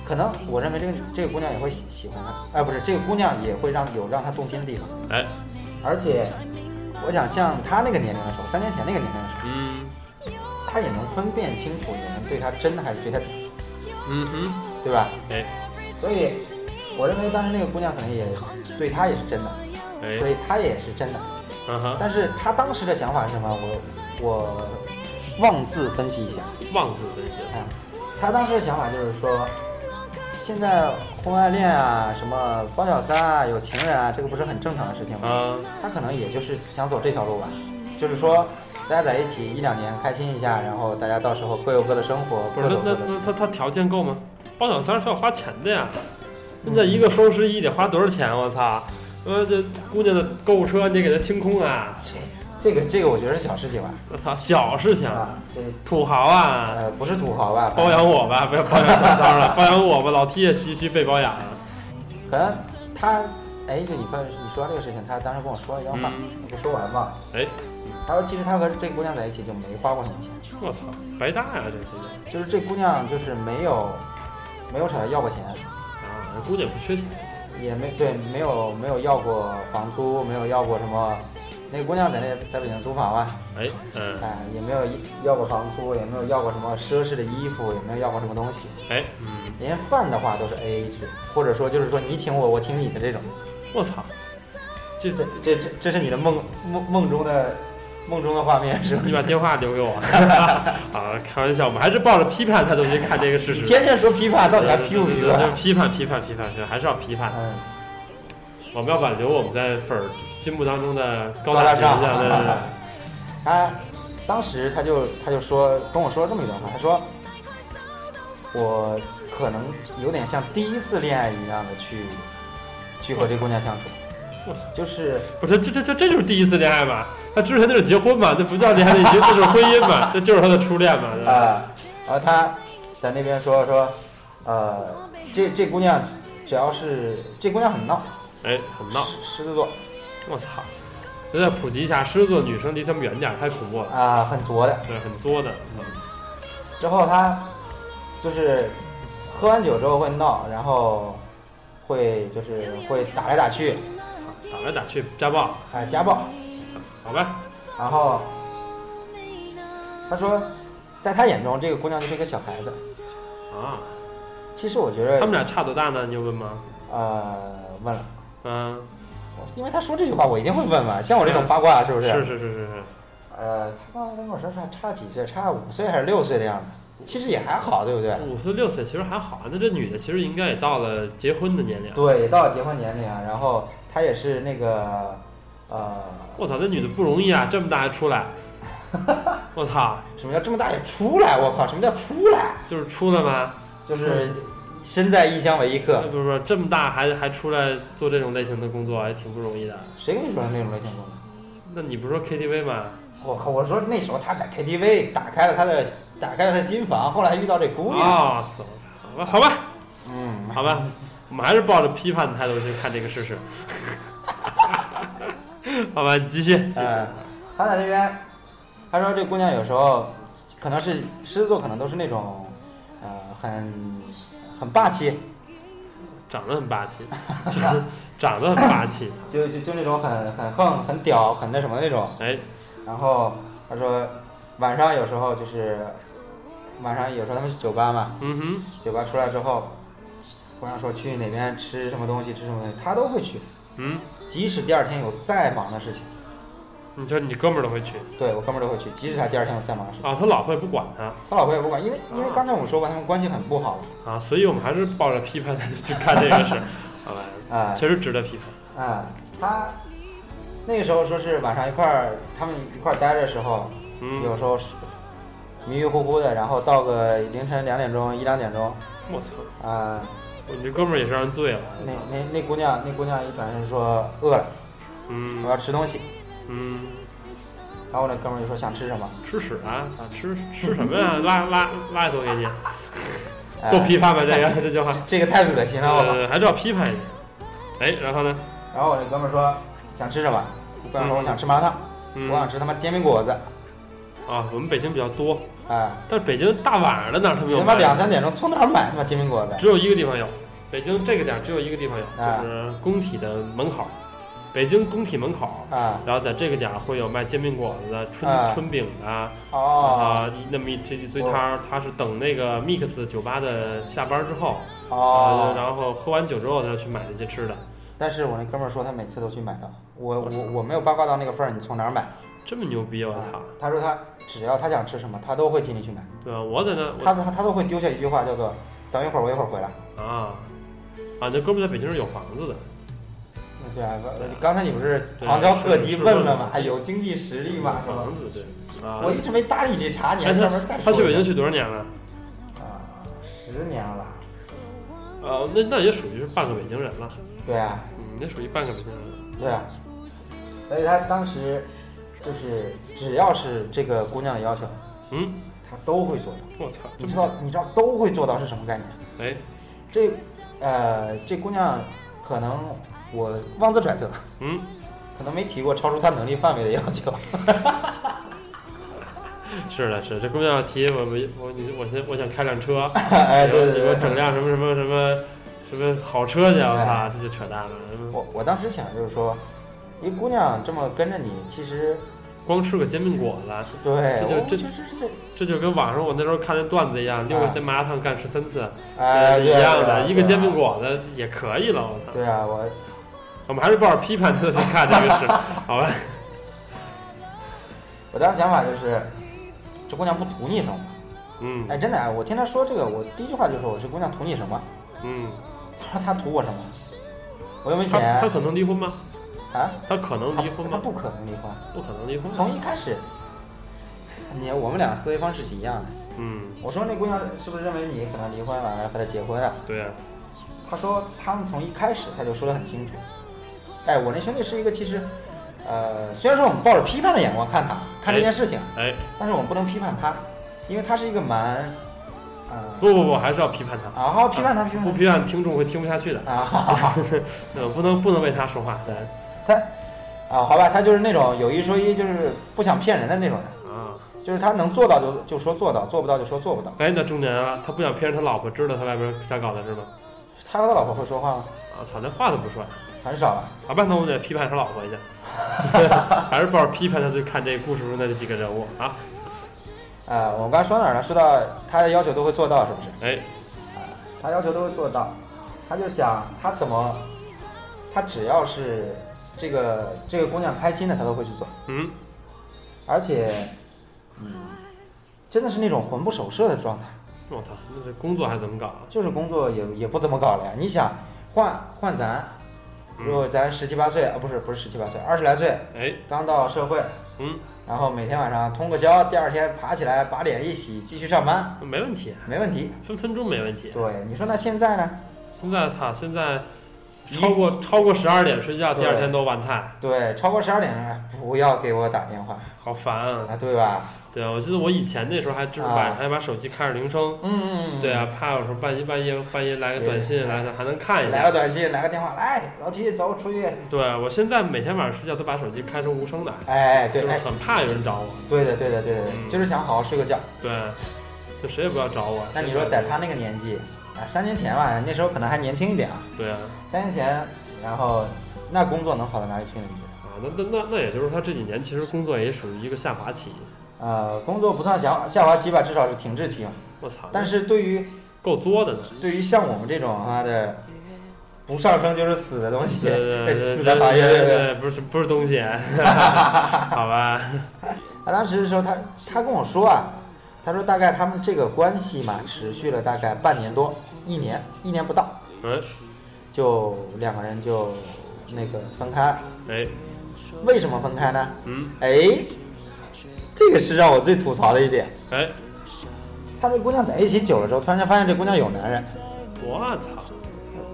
[SPEAKER 2] 可能我认为这个这个姑娘也会喜喜欢他，哎，不是这个姑娘也会让有让他动心的地方，
[SPEAKER 1] 哎，
[SPEAKER 2] 而且我想像他那个年龄的时候，三年前那个年龄的时
[SPEAKER 1] 嗯
[SPEAKER 2] 候，他也能分辨清楚你们对他真的还是对他假，
[SPEAKER 1] 嗯哼，
[SPEAKER 2] 对吧？
[SPEAKER 1] 哎
[SPEAKER 2] 所以我认为当时那个姑娘可能也对他也是真的，所
[SPEAKER 1] 哎，
[SPEAKER 2] 以他也是真的。
[SPEAKER 1] 嗯哼，
[SPEAKER 2] 但是他当时的想法是什么？我我妄自分析一下，
[SPEAKER 1] 妄自分析，
[SPEAKER 2] 哎，他当时的想法就是说，现在婚外恋啊，什么包小三啊，有情人啊，这个不是很正常的事情吗？
[SPEAKER 1] 啊
[SPEAKER 2] 他可能也就是想走这条路吧，就是说大家在一起一两年开心一下，然后大家到时候各有各的生活，
[SPEAKER 1] 不
[SPEAKER 2] 各
[SPEAKER 1] 是
[SPEAKER 2] 走
[SPEAKER 1] 那
[SPEAKER 2] 各
[SPEAKER 1] 那
[SPEAKER 2] 的。
[SPEAKER 1] 那他他条件够吗？包小三是要花钱的呀，现在一个双十一得花多少钱？我操！呃，这姑娘的购物车你得给她清空啊！
[SPEAKER 2] 这这个这个我觉得是小事情吧，
[SPEAKER 1] 我操，小事情，
[SPEAKER 2] 啊，这
[SPEAKER 1] 土豪啊，
[SPEAKER 2] 呃不是土豪吧？
[SPEAKER 1] 嗯包养我吧，不要包养小三了，包养我吧，老 T 也急需被包养了。
[SPEAKER 2] 可能他，哎，就你看你说到这个事情，他当时跟我说了一段话，
[SPEAKER 1] 嗯
[SPEAKER 2] 我不说完吗？
[SPEAKER 1] 哎，
[SPEAKER 2] 他说其实他和这姑娘在一起就没花过什么钱，
[SPEAKER 1] 我操，白搭呀，这姑娘
[SPEAKER 2] 就是这姑娘就是没有没有找他要过钱，
[SPEAKER 1] 啊，姑娘不缺钱
[SPEAKER 2] 也没对没有没有要过房租，没有要过什么。那个姑娘在那在北京租房嘛，
[SPEAKER 1] 哎，嗯，
[SPEAKER 2] 哎，也没有要过房租，也没有要过什么奢侈的衣服，也没有要过什么东西，
[SPEAKER 1] 哎，嗯，
[SPEAKER 2] 连饭的话都是 A A 制，或者说就是说你请我，我请你的这种。
[SPEAKER 1] 我操，这
[SPEAKER 2] 这这这这是你的梦梦梦中的梦中的画面 是不
[SPEAKER 1] 你
[SPEAKER 2] 是？
[SPEAKER 1] 把电话留给我 啊！开玩笑，我们还是抱着批判态度去看这个事实。
[SPEAKER 2] 天天说批判，到底还批不批
[SPEAKER 1] 对对对对
[SPEAKER 2] 判？
[SPEAKER 1] 批判批判批判，还是要批判。
[SPEAKER 2] 嗯，
[SPEAKER 1] 我们要挽留我们在粉儿心目当中的高
[SPEAKER 2] 高
[SPEAKER 1] 大
[SPEAKER 2] 大
[SPEAKER 1] 形
[SPEAKER 2] 上
[SPEAKER 1] 象。对对对，
[SPEAKER 2] 他当时他就他就说跟我说这么一段话，他说我可能有点像第一次恋爱一样的去去和这姑娘相处
[SPEAKER 1] 我操，
[SPEAKER 2] 就是
[SPEAKER 1] 我说这这这这就是第一次恋爱嘛？他之前那是结婚嘛？这不叫恋爱，那已经这就是 婚姻嘛？这就是他的初恋嘛？对吧？
[SPEAKER 2] 啊，然后他在那边说说，呃，这这姑娘只要是这姑娘很闹，
[SPEAKER 1] 哎，很闹，
[SPEAKER 2] 狮狮子座
[SPEAKER 1] 我操！咱再普及一下，狮子座女生离他们远点儿，太恐怖了，
[SPEAKER 2] 啊，很作的。
[SPEAKER 1] 对，很作的。嗯
[SPEAKER 2] 之后他就是喝完酒之后会闹，然后会就是会打来打去，
[SPEAKER 1] 打来打去，家暴，
[SPEAKER 2] 啊、家暴。
[SPEAKER 1] 好吧？
[SPEAKER 2] 然后他说，在他眼中这个姑娘就是一个小孩子。
[SPEAKER 1] 啊，
[SPEAKER 2] 其实我觉
[SPEAKER 1] 他
[SPEAKER 2] 得
[SPEAKER 1] 们，俩差多大呢？你有问吗？
[SPEAKER 2] 呃，问了，
[SPEAKER 1] 嗯、
[SPEAKER 2] 我因为他说这句话我一定会问嘛，像我这种八卦是不是？
[SPEAKER 1] 是是是是是，
[SPEAKER 2] 呃，他妈跟我说差差几岁，差五岁还是六岁的样子，其实也还好，对不对？
[SPEAKER 1] 五岁六岁其实还好，啊那这女的其实应该也到了结婚的年龄。
[SPEAKER 2] 对，也到了结婚年龄啊，然后他也是那个，呃，
[SPEAKER 1] 我操，这女的不容易啊，这么大还出来。 我操，
[SPEAKER 2] 什么叫这么大也出来？我靠，什么叫出来？
[SPEAKER 1] 就是出来吗？
[SPEAKER 2] 就是身在异乡为异客
[SPEAKER 1] 哎，不是不是，这么大还还出来做这种类型的工作，也挺不容易的。
[SPEAKER 2] 谁跟你说是那种类型工作？
[SPEAKER 1] 那你不是说 KTV 吗？
[SPEAKER 2] 我靠！我说那时候他在 KTV 打开了他的打开了他心房，后来遇到这姑娘，
[SPEAKER 1] 啊，死了，好吧，好吧，
[SPEAKER 2] 嗯，
[SPEAKER 1] 好吧，我们还是抱着批判的态度去看这个事实。 好吧，你继续。继续
[SPEAKER 2] 呃，他在那边，他说这姑娘有时候可能是狮子座，可能都是那种呃很很霸气，
[SPEAKER 1] 长得很霸气， 长长得很霸气。
[SPEAKER 2] 就就就那种很很横、很屌、很那什么那种。
[SPEAKER 1] 哎，
[SPEAKER 2] 然后他说晚上有时候就是晚上有时候他们去酒吧嘛，
[SPEAKER 1] 嗯哼。
[SPEAKER 2] 酒吧出来之后，姑娘说去哪边吃什么东西，吃什么东西，他都会去，
[SPEAKER 1] 嗯，
[SPEAKER 2] 即使第二天有再忙的事情，
[SPEAKER 1] 你说你哥们儿都会去
[SPEAKER 2] 对我哥们儿都会去，即使他第二天有再忙的事情，
[SPEAKER 1] 啊？他老婆也不管他
[SPEAKER 2] 他老婆也不管，因为因为刚才我们说过，他们关系很不好
[SPEAKER 1] 啊，所以我们还是抱着批判态度去看这个事 儿，好吧？
[SPEAKER 2] 啊
[SPEAKER 1] 确实值得批判。
[SPEAKER 2] 啊、他那个时候说是晚上一块儿，他们一块儿待着的时候，
[SPEAKER 1] 嗯
[SPEAKER 2] 有时候是迷迷糊糊的，然后到个凌晨两点钟、一两点钟，
[SPEAKER 1] 我操，
[SPEAKER 2] 啊、
[SPEAKER 1] 你这哥们儿也是让人醉了。
[SPEAKER 2] 那那那姑娘，那姑娘一转身说饿了，我
[SPEAKER 1] 嗯
[SPEAKER 2] 要吃东西。
[SPEAKER 1] 嗯，
[SPEAKER 2] 然后我那哥们儿就说想吃 什么，
[SPEAKER 1] 吃屎啊！啊吃 吃什么呀？拉拉拉多给你，
[SPEAKER 2] 哎
[SPEAKER 1] 多批判吧这个 这句话，
[SPEAKER 2] 这个太恶心了，我靠。
[SPEAKER 1] 呃，还是要批判一下。哎，然后呢？
[SPEAKER 2] 然后我那哥们儿说想吃什么，我姑娘说我想吃麻辣烫，
[SPEAKER 1] 嗯
[SPEAKER 2] 我想吃他妈煎饼果子，
[SPEAKER 1] 啊，我们北京比较多，
[SPEAKER 2] 哎、
[SPEAKER 1] 但是北京大晚上的哪儿他们嗯
[SPEAKER 2] 你
[SPEAKER 1] 有
[SPEAKER 2] 他妈
[SPEAKER 1] 卖
[SPEAKER 2] 两三点钟从哪儿买他妈煎饼果子？
[SPEAKER 1] 只有一个地方有，北京这个点儿只有一个地方有，
[SPEAKER 2] 啊
[SPEAKER 1] 就是工体的门口，北京工体门口。
[SPEAKER 2] 啊，
[SPEAKER 1] 然后在这个点儿会有卖煎饼果子的、春、
[SPEAKER 2] 啊
[SPEAKER 1] 春饼的啊，
[SPEAKER 2] 哦
[SPEAKER 1] 那么一这一堆摊儿，他是等那个 Mix 酒吧的下班之后，呃
[SPEAKER 2] 哦，
[SPEAKER 1] 然后喝完酒之后他去买这些吃的，
[SPEAKER 2] 但是我那哥们儿说他每次都去买到，我我我没有八卦到那个份儿，你从哪儿买？啊
[SPEAKER 1] 这么牛逼，我操！
[SPEAKER 2] 他说他只要他想吃什么，他都会尽力去买，
[SPEAKER 1] 对吧？我在那
[SPEAKER 2] 他他他都会丢下一句话叫做等一会儿我一会儿回来。
[SPEAKER 1] 我啊啊，那哥们儿在北京是有房子的，
[SPEAKER 2] 对啊，刚才你不是旁敲侧击问了吗？嗯哎，有经济实力吗？
[SPEAKER 1] 有房子对啊。
[SPEAKER 2] 我一直没搭理你这茬，你
[SPEAKER 1] 哎
[SPEAKER 2] 还专
[SPEAKER 1] 他
[SPEAKER 2] 门再说
[SPEAKER 1] 他
[SPEAKER 2] 一
[SPEAKER 1] 去
[SPEAKER 2] 遍。
[SPEAKER 1] 北京去多少年了？
[SPEAKER 2] 啊，十年了。
[SPEAKER 1] 啊，那那也属于是半个北京人了，
[SPEAKER 2] 对啊，
[SPEAKER 1] 嗯，那属于半个北京人了。
[SPEAKER 2] 对啊。所以他当时就是只要是这个姑娘的要求，
[SPEAKER 1] 嗯，
[SPEAKER 2] 他都会做到。
[SPEAKER 1] 我操，
[SPEAKER 2] 你知道你知道都会做到是什么概念？
[SPEAKER 1] 哎，
[SPEAKER 2] 这呃，这姑娘可能我妄自揣测，
[SPEAKER 1] 嗯，
[SPEAKER 2] 可能没提过超出她能力范围的要求。
[SPEAKER 1] 是的，是的这姑娘提我我我你我先我想开辆车，
[SPEAKER 2] 哎，对
[SPEAKER 1] 你给我
[SPEAKER 2] 对
[SPEAKER 1] 整
[SPEAKER 2] 对。
[SPEAKER 1] 辆什么什么什么什么好车去，啊我操
[SPEAKER 2] 哎，
[SPEAKER 1] 这就扯淡了。嗯
[SPEAKER 2] 我我当时想就是说，一姑娘这么跟着你，其实
[SPEAKER 1] 光吃个煎饼果子，
[SPEAKER 2] 对，
[SPEAKER 1] 这就
[SPEAKER 2] 我
[SPEAKER 1] 这
[SPEAKER 2] 这这
[SPEAKER 1] 这就跟网上我那时候看那段子一样，六个
[SPEAKER 2] 哎
[SPEAKER 1] 煎麻辣烫干十三次，
[SPEAKER 2] 这，哎，
[SPEAKER 1] 一
[SPEAKER 2] 对啊
[SPEAKER 1] 样
[SPEAKER 2] 对啊
[SPEAKER 1] 的，一个
[SPEAKER 2] 对啊
[SPEAKER 1] 煎饼果子也可以了。我操，
[SPEAKER 2] 对啊，我
[SPEAKER 1] 我们还是抱着批判的去看这 个事，好吧？
[SPEAKER 2] 我当时想法就是，这姑娘不图你什么？
[SPEAKER 1] 嗯
[SPEAKER 2] 哎，真的啊，我听她说这个，我第一句话就说我这姑娘图你什么？
[SPEAKER 1] 嗯，
[SPEAKER 2] 她说她图我什么？我又没
[SPEAKER 1] 他
[SPEAKER 2] 钱
[SPEAKER 1] 他可能离婚吗？
[SPEAKER 2] 啊，
[SPEAKER 1] 他可能
[SPEAKER 2] 她
[SPEAKER 1] 离婚
[SPEAKER 2] 她
[SPEAKER 1] 吗？
[SPEAKER 2] 不可能离婚。
[SPEAKER 1] 不可能离婚。
[SPEAKER 2] 从一开始，你我们俩思维方式是一样的。
[SPEAKER 1] 嗯，
[SPEAKER 2] 我说那姑娘是不是认为你可能离婚完了和她结婚啊？
[SPEAKER 1] 对啊，
[SPEAKER 2] 她说他们从一开始她就说得很清楚。哎，我那兄弟是一个其实，呃，虽然说我们抱着批判的眼光看他看这件事情，
[SPEAKER 1] 哎，
[SPEAKER 2] 但是我们不能批判他，因为他是一个蛮，呃，
[SPEAKER 1] 不不不，还是要批判他。
[SPEAKER 2] 啊，好批判他批
[SPEAKER 1] 不
[SPEAKER 2] 判
[SPEAKER 1] 批判听众会听不下去的，
[SPEAKER 2] 他啊，哈哈
[SPEAKER 1] 呃，不能不能为他说话，对，
[SPEAKER 2] 他啊，好吧，他就是那种有一说一，就是不想骗人的那种人，
[SPEAKER 1] 啊，
[SPEAKER 2] 就是他能做到就就说做到，做不到就说做不到。
[SPEAKER 1] 哎，那重点啊，他不想骗他老婆知道他外边瞎搞的是吗？
[SPEAKER 2] 他和他老婆会说话吗？
[SPEAKER 1] 啊，操，那话都不说，
[SPEAKER 2] 很少啊吧。
[SPEAKER 1] 好吧，那我得批判他老 婆一下，还是抱着批判他去看这故事中的这几个人物啊，
[SPEAKER 2] 啊，我刚才说哪儿了？说到他的要求都会做到，是不是？
[SPEAKER 1] 哎，
[SPEAKER 2] 啊，他要求都会做到，他就想他怎么，他只要是这个这个姑娘开心的，他都会去做，
[SPEAKER 1] 嗯，
[SPEAKER 2] 而且，嗯，真的是那种魂不守舍的状态。
[SPEAKER 1] 我操，那这工作还怎么搞啊？
[SPEAKER 2] 就是工作也也不怎么搞了呀。你想换换咱，
[SPEAKER 1] 嗯
[SPEAKER 2] 如果咱十七八岁啊，不是不是十七八岁，二十来岁，
[SPEAKER 1] 哎，
[SPEAKER 2] 刚到社会，
[SPEAKER 1] 嗯，
[SPEAKER 2] 然后每天晚上通个宵，第二天爬起来把脸一洗，继续上班，
[SPEAKER 1] 没问题，
[SPEAKER 2] 没问题。
[SPEAKER 1] 分分钟没问题。
[SPEAKER 2] 对，你说那现在呢？
[SPEAKER 1] 现在操，现在超过超过十二点睡觉，第二天都晚菜，
[SPEAKER 2] 对，超过十二点哎不要给我打电话
[SPEAKER 1] 好烦啊！
[SPEAKER 2] 啊，对吧？
[SPEAKER 1] 对啊，我记得我以前那时候还就是把、
[SPEAKER 2] 啊
[SPEAKER 1] 还把手机开着铃声，
[SPEAKER 2] 嗯，
[SPEAKER 1] 对啊，怕有时候半夜半夜半夜来个短信来的还能看一
[SPEAKER 2] 来个
[SPEAKER 1] 下。
[SPEAKER 2] 短信，来个电话，来老 T 走出去。
[SPEAKER 1] 对，啊我现在每天晚上睡觉都把手机开成无声的，
[SPEAKER 2] 哎，
[SPEAKER 1] 就
[SPEAKER 2] 对，
[SPEAKER 1] 是
[SPEAKER 2] 哎，
[SPEAKER 1] 很怕有人找我。
[SPEAKER 2] 对的，对的，对的，对
[SPEAKER 1] 嗯
[SPEAKER 2] 的就是想好好睡个觉。
[SPEAKER 1] 对，啊就谁也不要找我。
[SPEAKER 2] 那你说在他那个年纪啊，三年前吧，那时候可能还年轻一点啊，
[SPEAKER 1] 对啊，
[SPEAKER 2] 三年前，然后那工作能好到哪里去呢？你觉得？
[SPEAKER 1] 啊那那那那也就是他这几年其实工作也属于一个下滑期。
[SPEAKER 2] 呃，工作不算下下滑期吧，至少是停滞期嘛。
[SPEAKER 1] 我操！
[SPEAKER 2] 但是对于
[SPEAKER 1] 够作的呢。
[SPEAKER 2] 对于像我们这种妈的，不上升就是死的东西，
[SPEAKER 1] 对对对对
[SPEAKER 2] 死的行业，
[SPEAKER 1] 对
[SPEAKER 2] 对对。
[SPEAKER 1] 对，不是不是东西， 好吧？
[SPEAKER 2] 他当时的时候，他他跟我说啊，他说大概他们这个关系嘛，持续了大概半年多，一年一年不到，
[SPEAKER 1] 嗯，
[SPEAKER 2] 就两个人就那个分开了。
[SPEAKER 1] 哎，
[SPEAKER 2] 为什么分开呢？
[SPEAKER 1] 嗯，
[SPEAKER 2] 哎，这这个是让我最吐槽的一点。
[SPEAKER 1] 哎，
[SPEAKER 2] 他这姑娘在一起久了之后，突然间发现这姑娘有男人，
[SPEAKER 1] 我操！
[SPEAKER 2] 操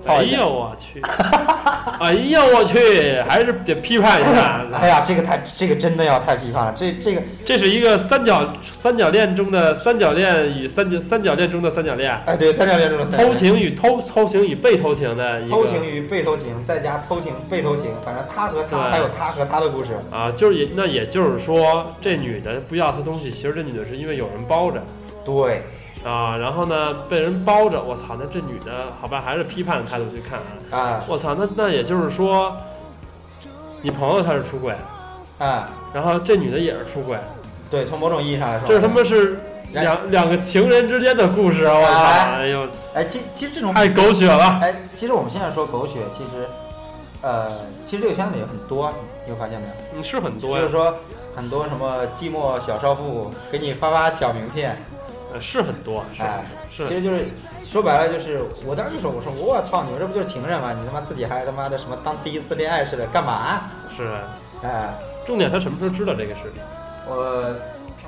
[SPEAKER 1] 哎
[SPEAKER 2] 一下
[SPEAKER 1] 呦我去！哎呦我去！还是得批判一下。
[SPEAKER 2] 哎呀，这个太这个真的要太批判了，这这个
[SPEAKER 1] 这是一个三角三角恋中的三角恋与三角三角恋中的三角恋，
[SPEAKER 2] 哎对，三角恋中的三角
[SPEAKER 1] 偷
[SPEAKER 2] 恋
[SPEAKER 1] 情与偷偷情与被偷情的一个
[SPEAKER 2] 偷情与被偷情，再加偷情被偷情，反正他和他
[SPEAKER 1] 对
[SPEAKER 2] 还有他和他的故事。
[SPEAKER 1] 啊，就是也那也就是说，这女的不要她东西，其实这女的是因为有人包着
[SPEAKER 2] 对，
[SPEAKER 1] 啊，然后呢被人包着，我操，那这女的好吧，还是批判的态度去看啊，
[SPEAKER 2] 啊
[SPEAKER 1] 我操，那那也就是说，你朋友他是出轨，
[SPEAKER 2] 啊，
[SPEAKER 1] 然后这女的也是出轨，
[SPEAKER 2] 对，从某种意义上来说，嗯
[SPEAKER 1] 这他妈是
[SPEAKER 2] 然
[SPEAKER 1] 两两个情人之间的故事啊！我
[SPEAKER 2] 哎
[SPEAKER 1] 操，哎呦，
[SPEAKER 2] 哎，其其实这种
[SPEAKER 1] 太狗血了。
[SPEAKER 2] 哎，其实我们现在说狗血，其实呃，其实这个圈子里很多，你有发现没有？
[SPEAKER 1] 你是很多呀
[SPEAKER 2] 就是，说很多什么寂寞小少妇给你发发小名片，
[SPEAKER 1] 呃是很多，是
[SPEAKER 2] 哎，其
[SPEAKER 1] 是
[SPEAKER 2] 实就是说白了就是，我当时就说，我说我操，你们这不就是情人吗？你他妈自己还他妈的什么当第一次恋爱似的，干嘛？
[SPEAKER 1] 是。
[SPEAKER 2] 哎，
[SPEAKER 1] 重点他什么时候知道这个事情？
[SPEAKER 2] 我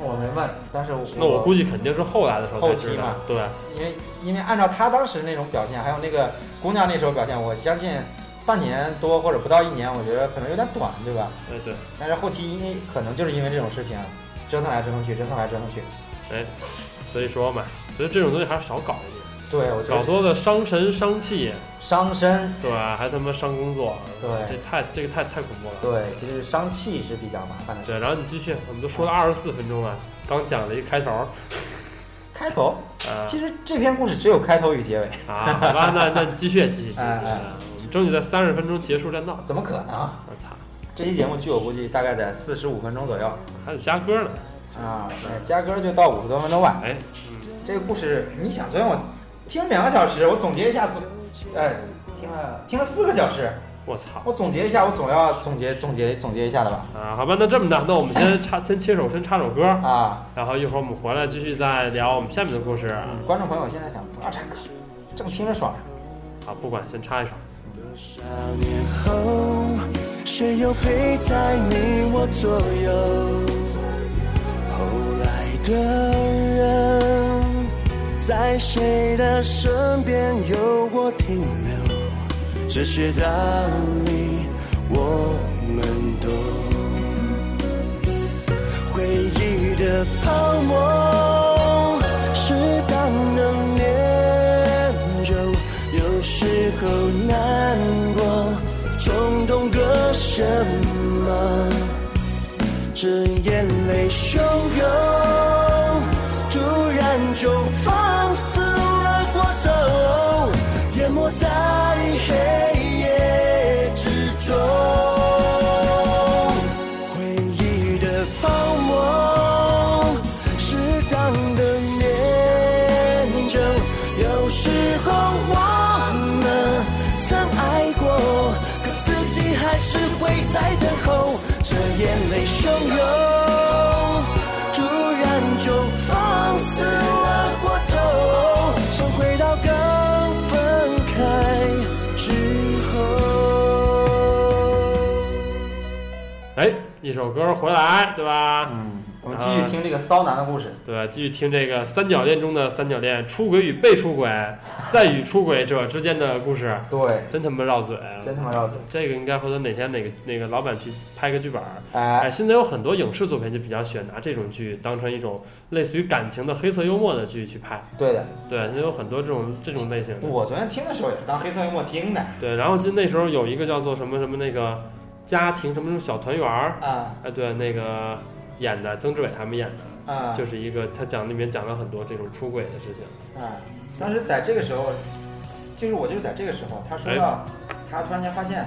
[SPEAKER 2] 我没问，但是我
[SPEAKER 1] 那我估计肯定是嗯后来的时候才
[SPEAKER 2] 后期
[SPEAKER 1] 知道
[SPEAKER 2] 嘛。
[SPEAKER 1] 对，
[SPEAKER 2] 因为因为按照他当时那种表现，还有那个姑娘那时候表现，我相信半年多或者不到一年，我觉得可能有点短，对吧？
[SPEAKER 1] 哎对，
[SPEAKER 2] 但是后期因为可能就是因为这种事情，啊折腾来折腾去，折腾来折腾去。
[SPEAKER 1] 哎，所以说嘛，所以这种东西还是少搞一点，
[SPEAKER 2] 对，我觉
[SPEAKER 1] 搞
[SPEAKER 2] 得
[SPEAKER 1] 多了伤神伤气，
[SPEAKER 2] 伤身，
[SPEAKER 1] 对吧？还他妈伤工作，
[SPEAKER 2] 对
[SPEAKER 1] 这太这个太太恐怖了。
[SPEAKER 2] 对，其实伤气是比较麻烦的事。
[SPEAKER 1] 对，然后你继续，我们都说了二十四分钟了，刚讲了一个开头，
[SPEAKER 2] 开头，
[SPEAKER 1] 啊
[SPEAKER 2] 其实这篇故事只有开头与结尾，
[SPEAKER 1] 啊，好吧，那那你继续继续继续，
[SPEAKER 2] 哎哎
[SPEAKER 1] 我们争取在三十分钟结束战斗。
[SPEAKER 2] 怎么可能？啊
[SPEAKER 1] 我操，
[SPEAKER 2] 这期节目据我估计大概在四十五分钟左右
[SPEAKER 1] 还得加歌呢。
[SPEAKER 2] 啊，那加歌就到五十多分钟吧。
[SPEAKER 1] 哎，嗯，
[SPEAKER 2] 这个故事，你想，昨天我听两个小时，我总结一下，总，呃，听了听了四个小时，
[SPEAKER 1] 我操
[SPEAKER 2] 我总结一下，我总要总结总结总结一下的吧？
[SPEAKER 1] 啊，好吧，那这么着，那我们先插先切首先插首歌，
[SPEAKER 2] 啊，
[SPEAKER 1] 然后一会儿我们回来继续再聊我们下面的故事啊，
[SPEAKER 2] 观众朋友现在想不要唱歌，正听着爽。
[SPEAKER 1] 好不管先插一首。
[SPEAKER 3] 少年后，谁又陪在你我左右？后来的人，在谁的身边有过停留？这些道理我们懂。回忆的泡沫，适当的念旧，有时候难过，冲动个什么？这眼泪汹涌，突然就放肆了过头，淹没在黑夜之中。回忆的泡沫，适当的念旧。有时候我们曾爱过，可自己还是会在等候。这眼泪汹涌，突然就放肆了过头，想回到刚分开之后。
[SPEAKER 1] 哎，一首歌回来，对吧？
[SPEAKER 2] 嗯，我们继续听这个骚男的故事。
[SPEAKER 1] 对，继续听这个三角恋中的三角恋，出轨与被出轨，在与出轨者之间的故事，
[SPEAKER 2] 对，
[SPEAKER 1] 真他妈绕嘴，啊
[SPEAKER 2] 真他妈绕嘴。
[SPEAKER 1] 这个应该回头哪天哪个哪个老板去拍个剧本儿。哎，
[SPEAKER 2] 哎，
[SPEAKER 1] 现在有很多影视作品就比较喜欢拿这种剧当成一种类似于感情的黑色幽默的剧去拍。
[SPEAKER 2] 对的，
[SPEAKER 1] 对，现在有很多这种这种类型的。
[SPEAKER 2] 我昨天听的时候也是当黑色幽默听的。
[SPEAKER 1] 对，然后就那时候有一个叫做什么什么那个家庭什么什么小团圆儿，
[SPEAKER 2] 啊
[SPEAKER 1] 哎，对，那个演的曾志伟他们演的，
[SPEAKER 2] 啊，
[SPEAKER 1] 就是一个他讲里面讲了很多这种出轨的事情。
[SPEAKER 2] 啊，当时在这个时候，就是我就是在这个时候，他
[SPEAKER 1] 哎
[SPEAKER 2] 说到，他突然间发现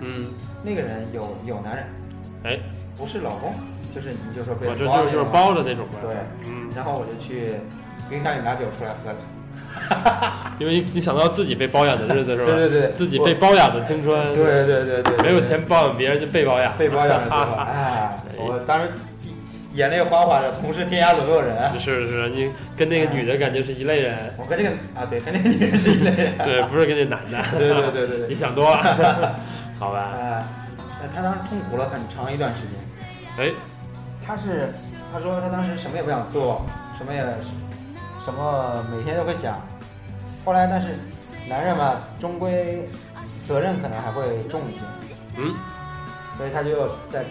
[SPEAKER 1] 嗯，
[SPEAKER 2] 那个人有有男人，
[SPEAKER 1] 哎，
[SPEAKER 2] 不是老公，就是你就说被
[SPEAKER 1] 我这
[SPEAKER 2] 包
[SPEAKER 1] 就
[SPEAKER 2] 了
[SPEAKER 1] 是就是
[SPEAKER 2] 那种
[SPEAKER 1] 包的那种呗。
[SPEAKER 2] 对，
[SPEAKER 1] 嗯，
[SPEAKER 2] 然后我就去冰箱里拿酒出来喝了。
[SPEAKER 1] 因为你想到自己被包养的日子是吧？
[SPEAKER 2] 对对对
[SPEAKER 1] 自己被包养的青春，，
[SPEAKER 2] 对对对对
[SPEAKER 1] 没有钱包养别人就被包养，
[SPEAKER 2] 被 包养的时候，哎，我当时眼泪哗哗的，同是天涯沦落人。
[SPEAKER 1] 是是是，你跟那个女的感觉是一类 人，
[SPEAKER 2] 我跟这个啊，对，跟这个女人是一类人。
[SPEAKER 1] 对，不是跟那男的。
[SPEAKER 2] 对对对对 对
[SPEAKER 1] 你想多 了，好吧？
[SPEAKER 2] 哎，那他当时痛苦了很长一段时间。
[SPEAKER 1] 哎，
[SPEAKER 2] 他是他说他当时什么也不想做，什么也什么每天都会想。后来，但是男人嘛，终归责任可能还会重一些，
[SPEAKER 1] 嗯，
[SPEAKER 2] 所以他就在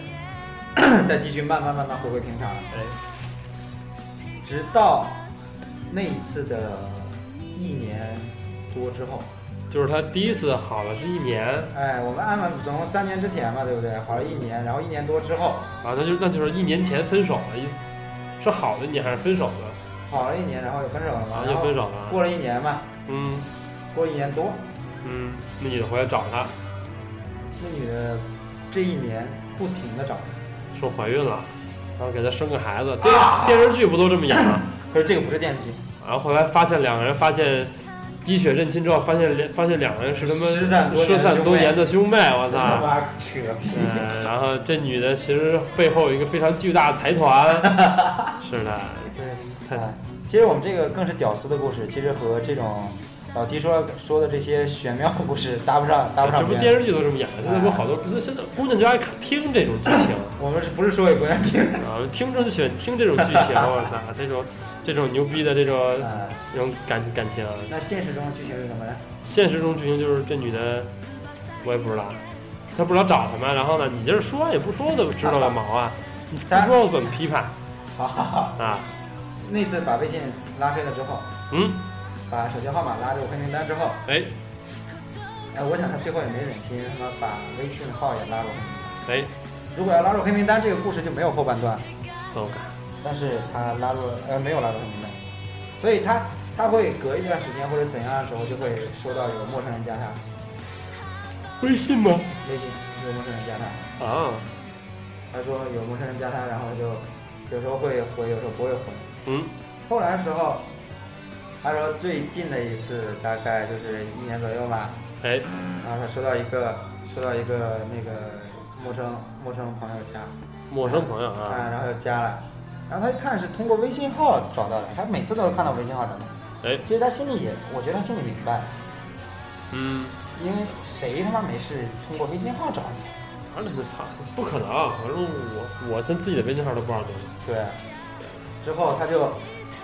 [SPEAKER 2] 再继续慢慢慢慢回归平常，
[SPEAKER 1] 哎，
[SPEAKER 2] 直到那一次的一年多之后，
[SPEAKER 1] 就是他第一次好了是一年
[SPEAKER 2] 哎，我们安稳总共三年之前嘛，对不对？好了一年，然后一年多之后，
[SPEAKER 1] 啊，那就那就是一年前分手了，意思是好的你还是分手的？
[SPEAKER 2] 好了一年，然后又分手了嘛
[SPEAKER 1] 啊，，
[SPEAKER 2] 然
[SPEAKER 1] 又
[SPEAKER 2] 后
[SPEAKER 1] 分手了啊，
[SPEAKER 2] 过了一年嘛，
[SPEAKER 1] 嗯
[SPEAKER 2] 过一年多，
[SPEAKER 1] 嗯，那女的回来找他，
[SPEAKER 2] 那女的这一年不停的找他，
[SPEAKER 1] 说怀孕了，然后给他生个孩子，电、
[SPEAKER 2] 啊
[SPEAKER 1] 电视剧不都这么演吗？
[SPEAKER 2] 可是这个不是电视剧，
[SPEAKER 1] 然后后来发现两个人发现滴血认亲之后，发现两发现两个人是他妈
[SPEAKER 2] 失散多年的
[SPEAKER 1] 失散多年的兄妹，我
[SPEAKER 2] 他
[SPEAKER 1] 操！
[SPEAKER 2] 妈扯皮，
[SPEAKER 1] 嗯，然后这女的其实背后有一个非常巨大的财团，是的，
[SPEAKER 2] 对，哎其实我们这个更是屌丝的故事，其实和这种老提说说的这些玄妙的故事搭不上，搭不
[SPEAKER 1] 这
[SPEAKER 2] 上
[SPEAKER 1] 不
[SPEAKER 2] 边。
[SPEAKER 1] 电视剧都这么演的，现在不好多，不是现在姑娘就爱看听这种剧情。
[SPEAKER 2] 我们是不是说给姑娘听？
[SPEAKER 1] 啊，听众就喜欢听这种剧情，我操，这种这种牛逼的这种
[SPEAKER 2] 哎
[SPEAKER 1] 这种感感情啊。
[SPEAKER 2] 那现实中的剧情是什么呢？
[SPEAKER 1] 现实中剧情就是这女的，我也不知道，她不知道找什么，然后呢，你就是说也不说，怎么知道个毛啊？你不
[SPEAKER 2] 咱
[SPEAKER 1] 说我怎么批判
[SPEAKER 2] 好好好，
[SPEAKER 1] 啊？
[SPEAKER 2] 那次把微信拉黑了之后，
[SPEAKER 1] 嗯，
[SPEAKER 2] 把手机号码拉入黑名单之后，
[SPEAKER 1] 哎
[SPEAKER 2] 哎，我想他最后也没忍心，他妈把微信号也拉入
[SPEAKER 1] 哎，
[SPEAKER 2] 黑名单。如果要拉入黑名单，这个故事就没有后半段。
[SPEAKER 1] 走开，
[SPEAKER 2] 但是他拉入了，呃，没有拉入黑名单，所以他他会隔一段时间或者怎样的时候，就会收到有陌生人加他
[SPEAKER 1] 微信吗？
[SPEAKER 2] 微信，有陌生人加他，
[SPEAKER 1] 啊，
[SPEAKER 2] 他说有陌生人加他，然后就有时候会回，有时候不会回。
[SPEAKER 1] 嗯，
[SPEAKER 2] 后来的时候，他说最近的一次大概就是一年左右吧，
[SPEAKER 1] 哎
[SPEAKER 2] 然后他收到一个收到一个那个陌生陌生朋友加，
[SPEAKER 1] 陌生朋友啊，
[SPEAKER 2] 啊，然后就加了，然后他一看是通过微信号找到的，他每次都是看到微信号找到的。
[SPEAKER 1] 哎，
[SPEAKER 2] 其实他心里也，我觉得他心里明白，
[SPEAKER 1] 嗯，
[SPEAKER 2] 因为谁他妈没事通过微信号找你？
[SPEAKER 1] 而且操，不可能，啊反正我我跟自己的微信号都不知道这
[SPEAKER 2] 对。之后他就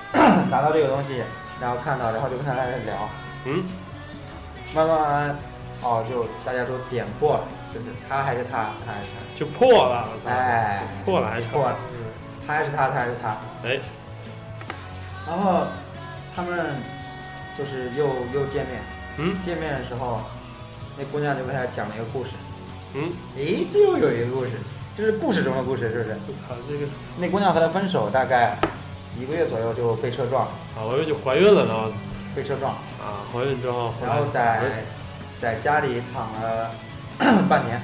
[SPEAKER 2] 拿到这个东西，然后看到，然后就跟他在聊，
[SPEAKER 1] 个，嗯，
[SPEAKER 2] 慢慢慢慢，哦，就大家都点破了，就是他还是他，他还是
[SPEAKER 1] 就破了，我
[SPEAKER 2] 他，
[SPEAKER 1] 操，
[SPEAKER 2] 哎，
[SPEAKER 1] 破了还是嗯
[SPEAKER 2] 破了，他还是他，他还是他。
[SPEAKER 1] 哎，
[SPEAKER 2] 然后他们就是又又见面，
[SPEAKER 1] 嗯
[SPEAKER 2] 见面的时候，那姑娘就给他讲了一个故事，
[SPEAKER 1] 嗯，
[SPEAKER 2] 诶，这又有一个故事，这是故事中的故事，是不是？
[SPEAKER 1] 我操，这个。
[SPEAKER 2] 那姑娘和他分手大概一个月左右就被车撞了，
[SPEAKER 1] 啊，我以为就怀孕了呢，
[SPEAKER 2] 被车撞了，
[SPEAKER 1] 啊，怀孕之哎后，
[SPEAKER 2] 然后在在家里躺了 半年，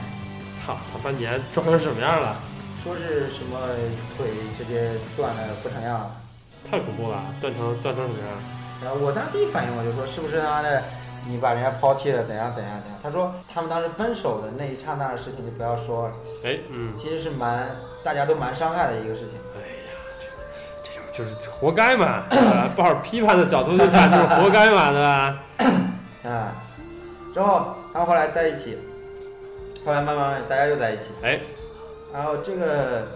[SPEAKER 1] 操，他半年装成什么样了？
[SPEAKER 2] 说是什么腿直接断了不成样了。
[SPEAKER 1] 太恐怖了，断成断成什么样？
[SPEAKER 2] 然后我当时第一反应我就说是不是他妈的你把人家抛弃了怎样怎样怎样？他说他们当时分手的那一刹那的事情就不要说了，
[SPEAKER 1] 哎，嗯，
[SPEAKER 2] 其实是蛮大家都蛮伤害的一个事情。
[SPEAKER 1] 哎呀，这这种就是活该嘛， 对吧抱着批判的角度去看，就是活该嘛，对吧？
[SPEAKER 2] 啊，之后他们后来在一起，后来慢慢大家又在一起，
[SPEAKER 1] 哎，
[SPEAKER 2] 然后这个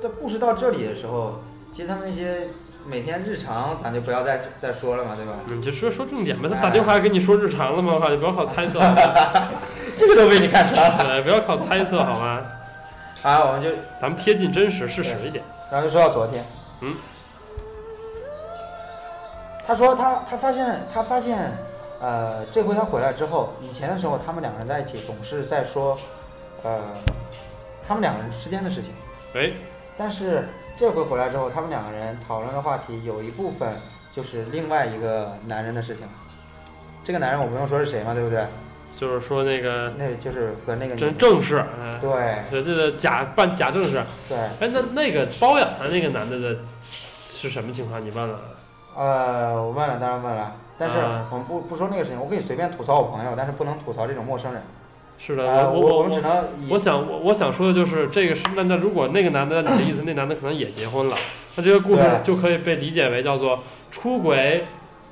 [SPEAKER 2] 这故事到这里的时候，其实他们那些每天日常咱就不要再再说了嘛，对吧？
[SPEAKER 1] 你嗯就说说重点吧，他
[SPEAKER 2] 哎
[SPEAKER 1] 打电话跟你说日常了吗？我靠，你不要靠猜测，
[SPEAKER 2] 这个都被你看穿
[SPEAKER 1] 对，
[SPEAKER 2] 了
[SPEAKER 1] 不要靠猜测好吗？
[SPEAKER 2] 啊！我们就
[SPEAKER 1] 咱们贴近真实事实一点。
[SPEAKER 2] 然后就说到昨天，
[SPEAKER 1] 嗯，
[SPEAKER 2] 他说他他发现他发现，呃，这回他回来之后，以前的时候他们两个人在一起总是在说，呃，他们两个人之间的事情。
[SPEAKER 1] 哎，
[SPEAKER 2] 但是这回回来之后，他们两个人讨论的话题有一部分就是另外一个男人的事情了。这个男人我不用说是谁嘛，对不对？
[SPEAKER 1] 就是说那个
[SPEAKER 2] 那就是和那个女
[SPEAKER 1] 真正式，嗯，
[SPEAKER 2] 对
[SPEAKER 1] 对对对，假办假正式。
[SPEAKER 2] 对，
[SPEAKER 1] 哎，那那个包养他那个男的的是什么情况？你问了？
[SPEAKER 2] 呃，我问了，当然问了，但是
[SPEAKER 1] 啊
[SPEAKER 2] 我们不不说那个事情，我可以随便吐槽我朋友，但是不能吐槽这种陌生人。
[SPEAKER 1] 是的，
[SPEAKER 2] 呃，
[SPEAKER 1] 我
[SPEAKER 2] 我
[SPEAKER 1] 我
[SPEAKER 2] 们只
[SPEAKER 1] 我
[SPEAKER 2] 能以
[SPEAKER 1] 我想我我想说的就是这个是那那如果那个男的，你的意思，那男的可能也结婚了，那这个故事
[SPEAKER 2] 对
[SPEAKER 1] 就可以被理解为叫做出轨。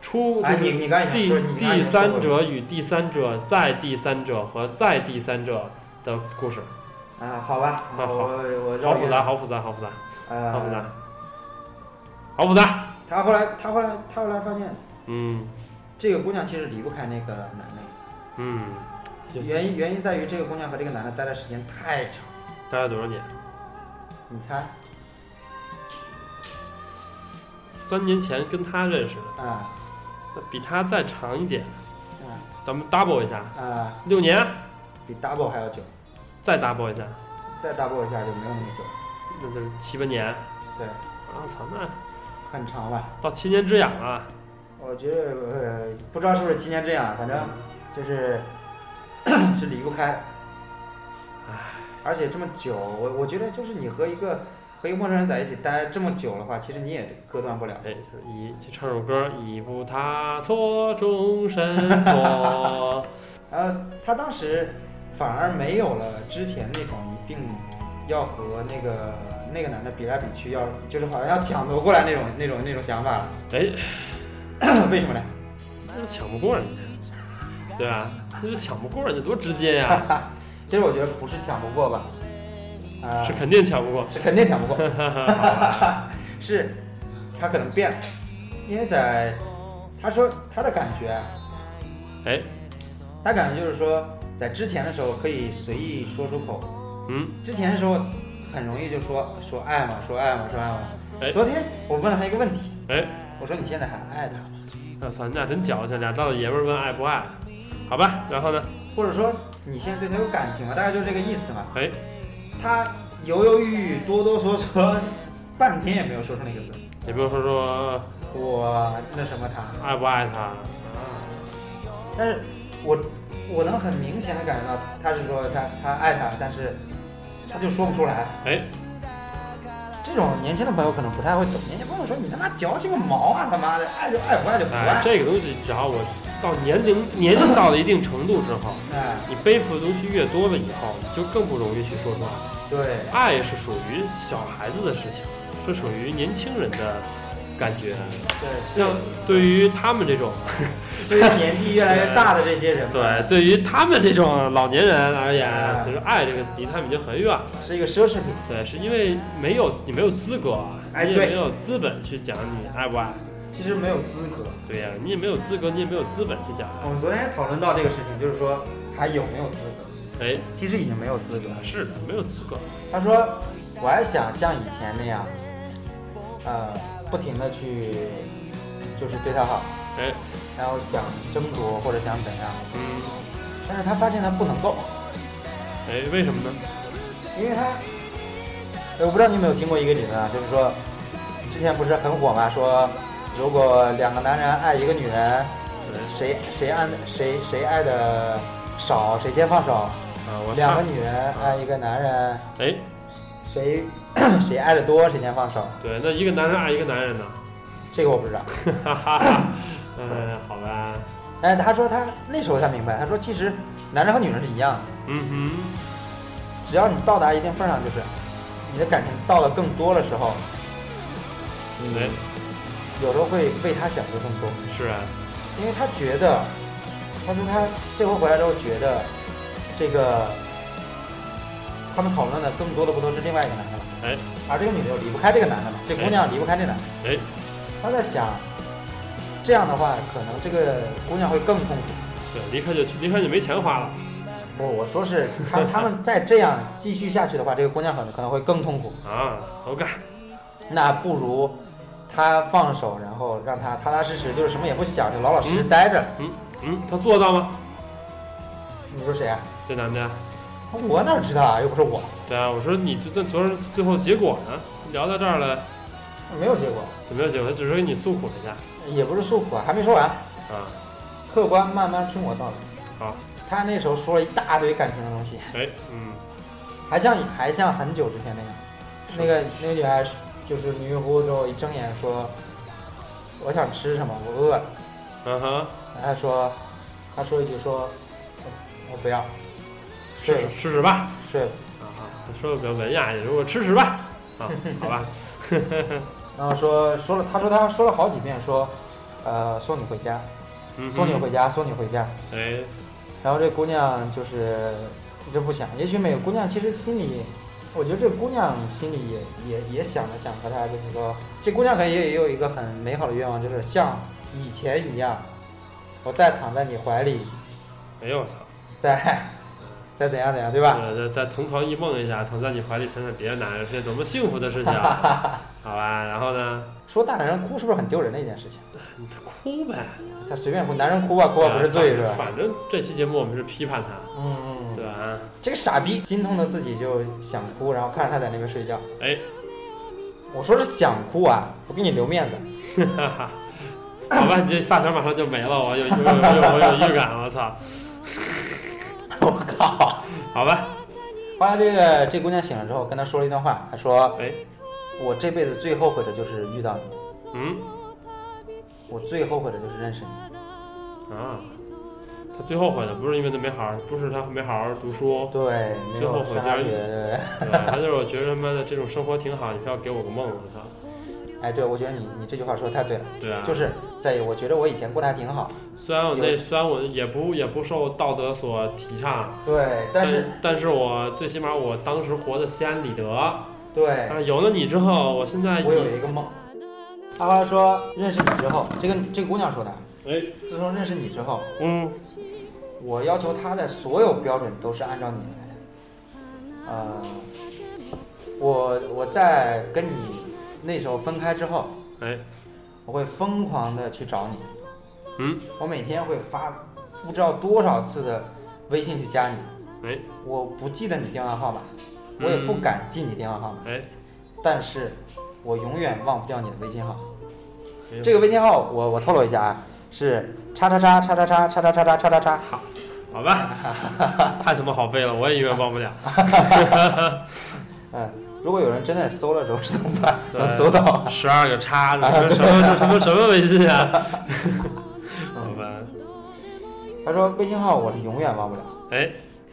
[SPEAKER 1] 出
[SPEAKER 2] 哎
[SPEAKER 1] 就
[SPEAKER 2] 你
[SPEAKER 1] 是
[SPEAKER 2] 你刚才已经
[SPEAKER 1] 第
[SPEAKER 2] 说你刚才已
[SPEAKER 1] 第
[SPEAKER 2] 经说
[SPEAKER 1] 三
[SPEAKER 2] 过
[SPEAKER 1] 者与第三者再第三者和再第三者的故事，
[SPEAKER 2] 啊，好吧，
[SPEAKER 1] 好
[SPEAKER 2] 我我
[SPEAKER 1] 好
[SPEAKER 2] 绕
[SPEAKER 1] 复
[SPEAKER 2] 远
[SPEAKER 1] 杂，好复杂，好复杂。好复杂
[SPEAKER 2] 呃，，嗯
[SPEAKER 1] 好复杂。
[SPEAKER 2] 他后来他后来他后来发现，
[SPEAKER 1] 嗯
[SPEAKER 2] 这个姑娘其实离不开那个男的，
[SPEAKER 1] 嗯，
[SPEAKER 2] 原因原因在于这个姑娘和这个男的待的时间太长，
[SPEAKER 1] 待了多少年？
[SPEAKER 2] 你猜
[SPEAKER 1] 三年前跟他认识的，
[SPEAKER 2] 啊
[SPEAKER 1] 那比他再长一点，
[SPEAKER 2] 啊
[SPEAKER 1] 咱们 double 一下，
[SPEAKER 2] 啊，
[SPEAKER 1] 六年，
[SPEAKER 2] 比 double 还要久，
[SPEAKER 1] 再 double 一下，
[SPEAKER 2] 再 double 一下就没有那么久，
[SPEAKER 1] 那就是七八年。
[SPEAKER 2] 对，
[SPEAKER 1] 啊，操，那
[SPEAKER 2] 很长了。
[SPEAKER 1] 到七年之痒了。
[SPEAKER 2] 我觉得呃，不知道是不是今年这样，反正就是、 是离不开。而且这么久，我我觉得就是你和一个和一个陌生人在一起待这么久的话，其实你也割断不了。
[SPEAKER 1] 哎，就是一就唱首歌，一步踏错终身错。
[SPEAKER 2] 然后呃他当时反而没有了之前那种一定要和那个那个男的比来比去，要就是好像要抢夺过来那种那种那种想法了。
[SPEAKER 1] 哎，
[SPEAKER 2] 为什么呢？
[SPEAKER 1] 那就抢不过人家，对吧？那就抢不过人家，多直接呀！
[SPEAKER 2] 其实我觉得不是抢不过吧，啊、
[SPEAKER 1] 是肯定抢不过。
[SPEAKER 2] 是肯定抢不过。
[SPEAKER 1] 哈哈哈
[SPEAKER 2] 是他可能变了，因为在他说他的感觉啊，
[SPEAKER 1] 哎，
[SPEAKER 2] 他感觉就是说，在之前的时候可以随意说出口，
[SPEAKER 1] 嗯，
[SPEAKER 2] 之前的时候很容易就说说爱嘛，说爱嘛，说爱嘛。
[SPEAKER 1] 哎
[SPEAKER 2] 昨天我问了他一个问题，
[SPEAKER 1] 哎，
[SPEAKER 2] 我说你现在还爱他吗？
[SPEAKER 1] 我操，你俩真矫情，俩大老爷们儿问爱不爱，好吧？然后呢？
[SPEAKER 2] 或者说你现在对他有感情吗？大概就是这个意思嘛。
[SPEAKER 1] 哎，
[SPEAKER 2] 他犹犹豫豫、哆哆嗦嗦，半天也没有说出那个字。
[SPEAKER 1] 也不用说说
[SPEAKER 2] 我那什么他。
[SPEAKER 1] 爱不爱他，
[SPEAKER 2] 但是我我能很明显的感觉到，他是说他他爱他，但是他就说不出来。
[SPEAKER 1] 哎，
[SPEAKER 2] 这种年轻的朋友可能不太会懂，年轻朋友说你他妈矫情个毛啊，他妈的爱就爱，不爱就不
[SPEAKER 1] 哎
[SPEAKER 2] 爱，。
[SPEAKER 1] 这个东西只要我到年龄年龄到了一定程度之后，
[SPEAKER 2] 哎，
[SPEAKER 1] 你背负的东西越多了以后，你就更不容易去说出爱。
[SPEAKER 2] 对，
[SPEAKER 1] 爱是属于小孩子的事情，是属于年轻人的感觉。
[SPEAKER 2] 对，
[SPEAKER 1] 像对于他们这种，
[SPEAKER 2] 对于年纪越来越大的这些人，，
[SPEAKER 1] 对，对于他们这种老年人而言
[SPEAKER 2] 哎，
[SPEAKER 1] 其实爱这个词离他们已经很远了。
[SPEAKER 2] 是一个奢侈品。
[SPEAKER 1] 对，是因为没有你没有资格，
[SPEAKER 2] 哎
[SPEAKER 1] 你也
[SPEAKER 2] 对
[SPEAKER 1] 没有资本去讲你爱不爱。
[SPEAKER 2] 其实没有资格。
[SPEAKER 1] 对呀、你也没有资格，你也没有资本去讲爱
[SPEAKER 2] 我。们昨天还讨论到这个事情，就是说还有没有资格？
[SPEAKER 1] 哎，
[SPEAKER 2] 其实已经没有资格了。
[SPEAKER 1] 是的，没有资格。
[SPEAKER 2] 他说，我还想像以前那样，呃，不停的去，就是对他好，
[SPEAKER 1] 哎，
[SPEAKER 2] 然后想争夺或者想怎样，
[SPEAKER 1] 嗯，
[SPEAKER 2] 但是他发现他不能够，
[SPEAKER 1] 哎，为什么呢？
[SPEAKER 2] 因为他，呃我不知道你有没有听过一个理论啊，就是说，之前不是很火嘛，说如果两个男人爱一个女人，呃
[SPEAKER 1] 哎
[SPEAKER 2] 谁谁爱谁谁爱的少，谁先放手，
[SPEAKER 1] 啊，我
[SPEAKER 2] 两个
[SPEAKER 1] 看
[SPEAKER 2] 女人爱一个男人，
[SPEAKER 1] 哎，
[SPEAKER 2] 谁 谁爱的多，谁先放手，
[SPEAKER 1] 对，那一个男人爱一个男人呢？
[SPEAKER 2] 这个我不知道。
[SPEAKER 1] 哈哈哈。嗯，好吧。
[SPEAKER 2] 哎，他说他那时候才明白，他说其实男人和女人是一样的，
[SPEAKER 1] 嗯
[SPEAKER 2] 只要你到达一定份儿上，就是你的感情到了更多的时候，
[SPEAKER 1] 哼，嗯对，
[SPEAKER 2] 有时候会为他想的更多，
[SPEAKER 1] 是啊，
[SPEAKER 2] 因为他觉得，他说他这回回来之后觉得，这个他们讨论的更多的不都是另外一个男的了，
[SPEAKER 1] 哎
[SPEAKER 2] 而这个女的又离不开这个男的了，这姑娘离不开这男的，
[SPEAKER 1] 哎，
[SPEAKER 2] 他在想，这样的话可能这个姑娘会更痛苦。
[SPEAKER 1] 对，离开就离开就没钱花了。
[SPEAKER 2] 不，我说是他他们再这样继续下去的话，这个姑娘可能可能会更痛苦。
[SPEAKER 1] 啊，OK，
[SPEAKER 2] 那不如他放手，然后让他踏踏实实，就是什么也不想，就老老实实待着。
[SPEAKER 1] 嗯嗯，他做到吗？
[SPEAKER 2] 你说谁啊？
[SPEAKER 1] 这男的呀？
[SPEAKER 2] 我哪知道啊？又不是我，
[SPEAKER 1] 对啊，我说你这这昨儿最后结果呢？聊到这儿了，
[SPEAKER 2] 没有结果，
[SPEAKER 1] 有没有结果？他只是给你诉苦了一下
[SPEAKER 2] 也不是诉苦啊，还没说完。
[SPEAKER 1] 啊。
[SPEAKER 2] 客观慢慢听我道来。
[SPEAKER 1] 好，
[SPEAKER 2] 他那时候说了一大堆感情的东西，
[SPEAKER 1] 哎，嗯，
[SPEAKER 2] 还像还像很久之前那样。那个那个女孩是就是迷迷糊糊之后一睁眼说：“我想吃什么，我饿了。”
[SPEAKER 1] 嗯哼，
[SPEAKER 2] 他说，他说一句说，我不要，睡
[SPEAKER 1] 吃
[SPEAKER 2] 了
[SPEAKER 1] 吃屎吧。
[SPEAKER 2] 睡了，
[SPEAKER 1] 啊，他说的比较文雅一点，如果吃屎吧。啊，好吧，
[SPEAKER 2] 然后说说了，他说他说了好几遍说，呃，送你回家，
[SPEAKER 1] 嗯哼，
[SPEAKER 2] 送你回家，送你回家。
[SPEAKER 1] 哎，
[SPEAKER 2] 然后这姑娘就是一直不想，也许每个姑娘其实心里我觉得这姑娘心里也也也想了想和他就是说，这姑娘可能也也有一个很美好的愿望，就是像以前一样，我再躺在你怀里，
[SPEAKER 1] 哎呦我操！
[SPEAKER 2] 再再怎样怎样，对吧？
[SPEAKER 1] 呃，再同床异梦一下，躺在你怀里想想别的男人是多么幸福的事情啊， 好吧？然后呢，
[SPEAKER 2] 说大男人哭是不是很丢人的一件事情？
[SPEAKER 1] 你哭呗，
[SPEAKER 2] 他随便哭，男人哭吧，哭吧不是罪，是
[SPEAKER 1] 呃
[SPEAKER 2] 吧？
[SPEAKER 1] 反正这期节目我们是批判他，
[SPEAKER 2] 嗯嗯，
[SPEAKER 1] 对吧？ 啊
[SPEAKER 2] 这个傻逼心痛的自己就想哭，然后看着他在那边睡觉。
[SPEAKER 1] 哎，
[SPEAKER 2] 我说是想哭啊，我给你留面子。
[SPEAKER 1] 哈哈，好吧，你这发条马上就没了，我有有有有有预感，我操！
[SPEAKER 2] 我靠！
[SPEAKER 1] 好吧，
[SPEAKER 2] 后来这个这姑娘醒了之后，跟他说了一段话，她说
[SPEAKER 1] 哎，：“
[SPEAKER 2] 我这辈子最后悔的就是遇到你，
[SPEAKER 1] 嗯
[SPEAKER 2] 我最后悔的就是认识你。
[SPEAKER 1] 啊，他最后悔的不是因为他没好好，不是他没好好读书”，
[SPEAKER 2] 对，
[SPEAKER 1] 哦
[SPEAKER 2] 没
[SPEAKER 1] 最后
[SPEAKER 2] 有
[SPEAKER 1] 悔
[SPEAKER 2] 上大
[SPEAKER 1] 就是
[SPEAKER 2] 学。
[SPEAKER 1] 对 吧？他就是我觉得他妈的这种生活挺好，你非要给我个梦，我操！
[SPEAKER 2] 对哎，对，我觉得你你这句话说的太对了，
[SPEAKER 1] 对啊，
[SPEAKER 2] 就是在于我觉得我以前过得还挺好，
[SPEAKER 1] 虽然我那
[SPEAKER 2] 有
[SPEAKER 1] 虽然我也不也不受道德所提倡，
[SPEAKER 2] 对，但是
[SPEAKER 1] 但是我最起码我当时活得心安理得啊！
[SPEAKER 2] 对
[SPEAKER 1] 有了你之后，我现在
[SPEAKER 2] 哎我有一个梦。阿花说认识你之后，这个这个姑娘说的，啊
[SPEAKER 1] 哎
[SPEAKER 2] 自从认识你之后，
[SPEAKER 1] 嗯
[SPEAKER 2] 我要求他的所有标准都是按照你来的。呃，我我在跟你那时候分开之后，
[SPEAKER 1] 哎
[SPEAKER 2] 我会疯狂的去找你，
[SPEAKER 1] 嗯
[SPEAKER 2] 我每天会发不知道多少次的微信去加你，
[SPEAKER 1] 哎
[SPEAKER 2] 我不记得你电话号码，我也不敢记你电话号码，
[SPEAKER 1] 哎
[SPEAKER 2] 但是我永远忘不掉你的微信号。
[SPEAKER 1] 哎呦
[SPEAKER 2] 这个微信号我我透露一下啊，是叉叉叉叉叉叉叉叉叉叉叉叉叉。
[SPEAKER 1] 好好 吧，太他妈好背了，我也永远忘不了。
[SPEAKER 2] 嗯，如果有人真的搜了之后是怎么办？
[SPEAKER 1] 对
[SPEAKER 2] 能搜到吗？
[SPEAKER 1] 十二个叉，什么什么什么什么微信啊？ 好吧，
[SPEAKER 2] 他说微信号我是永远忘不了。
[SPEAKER 1] 哎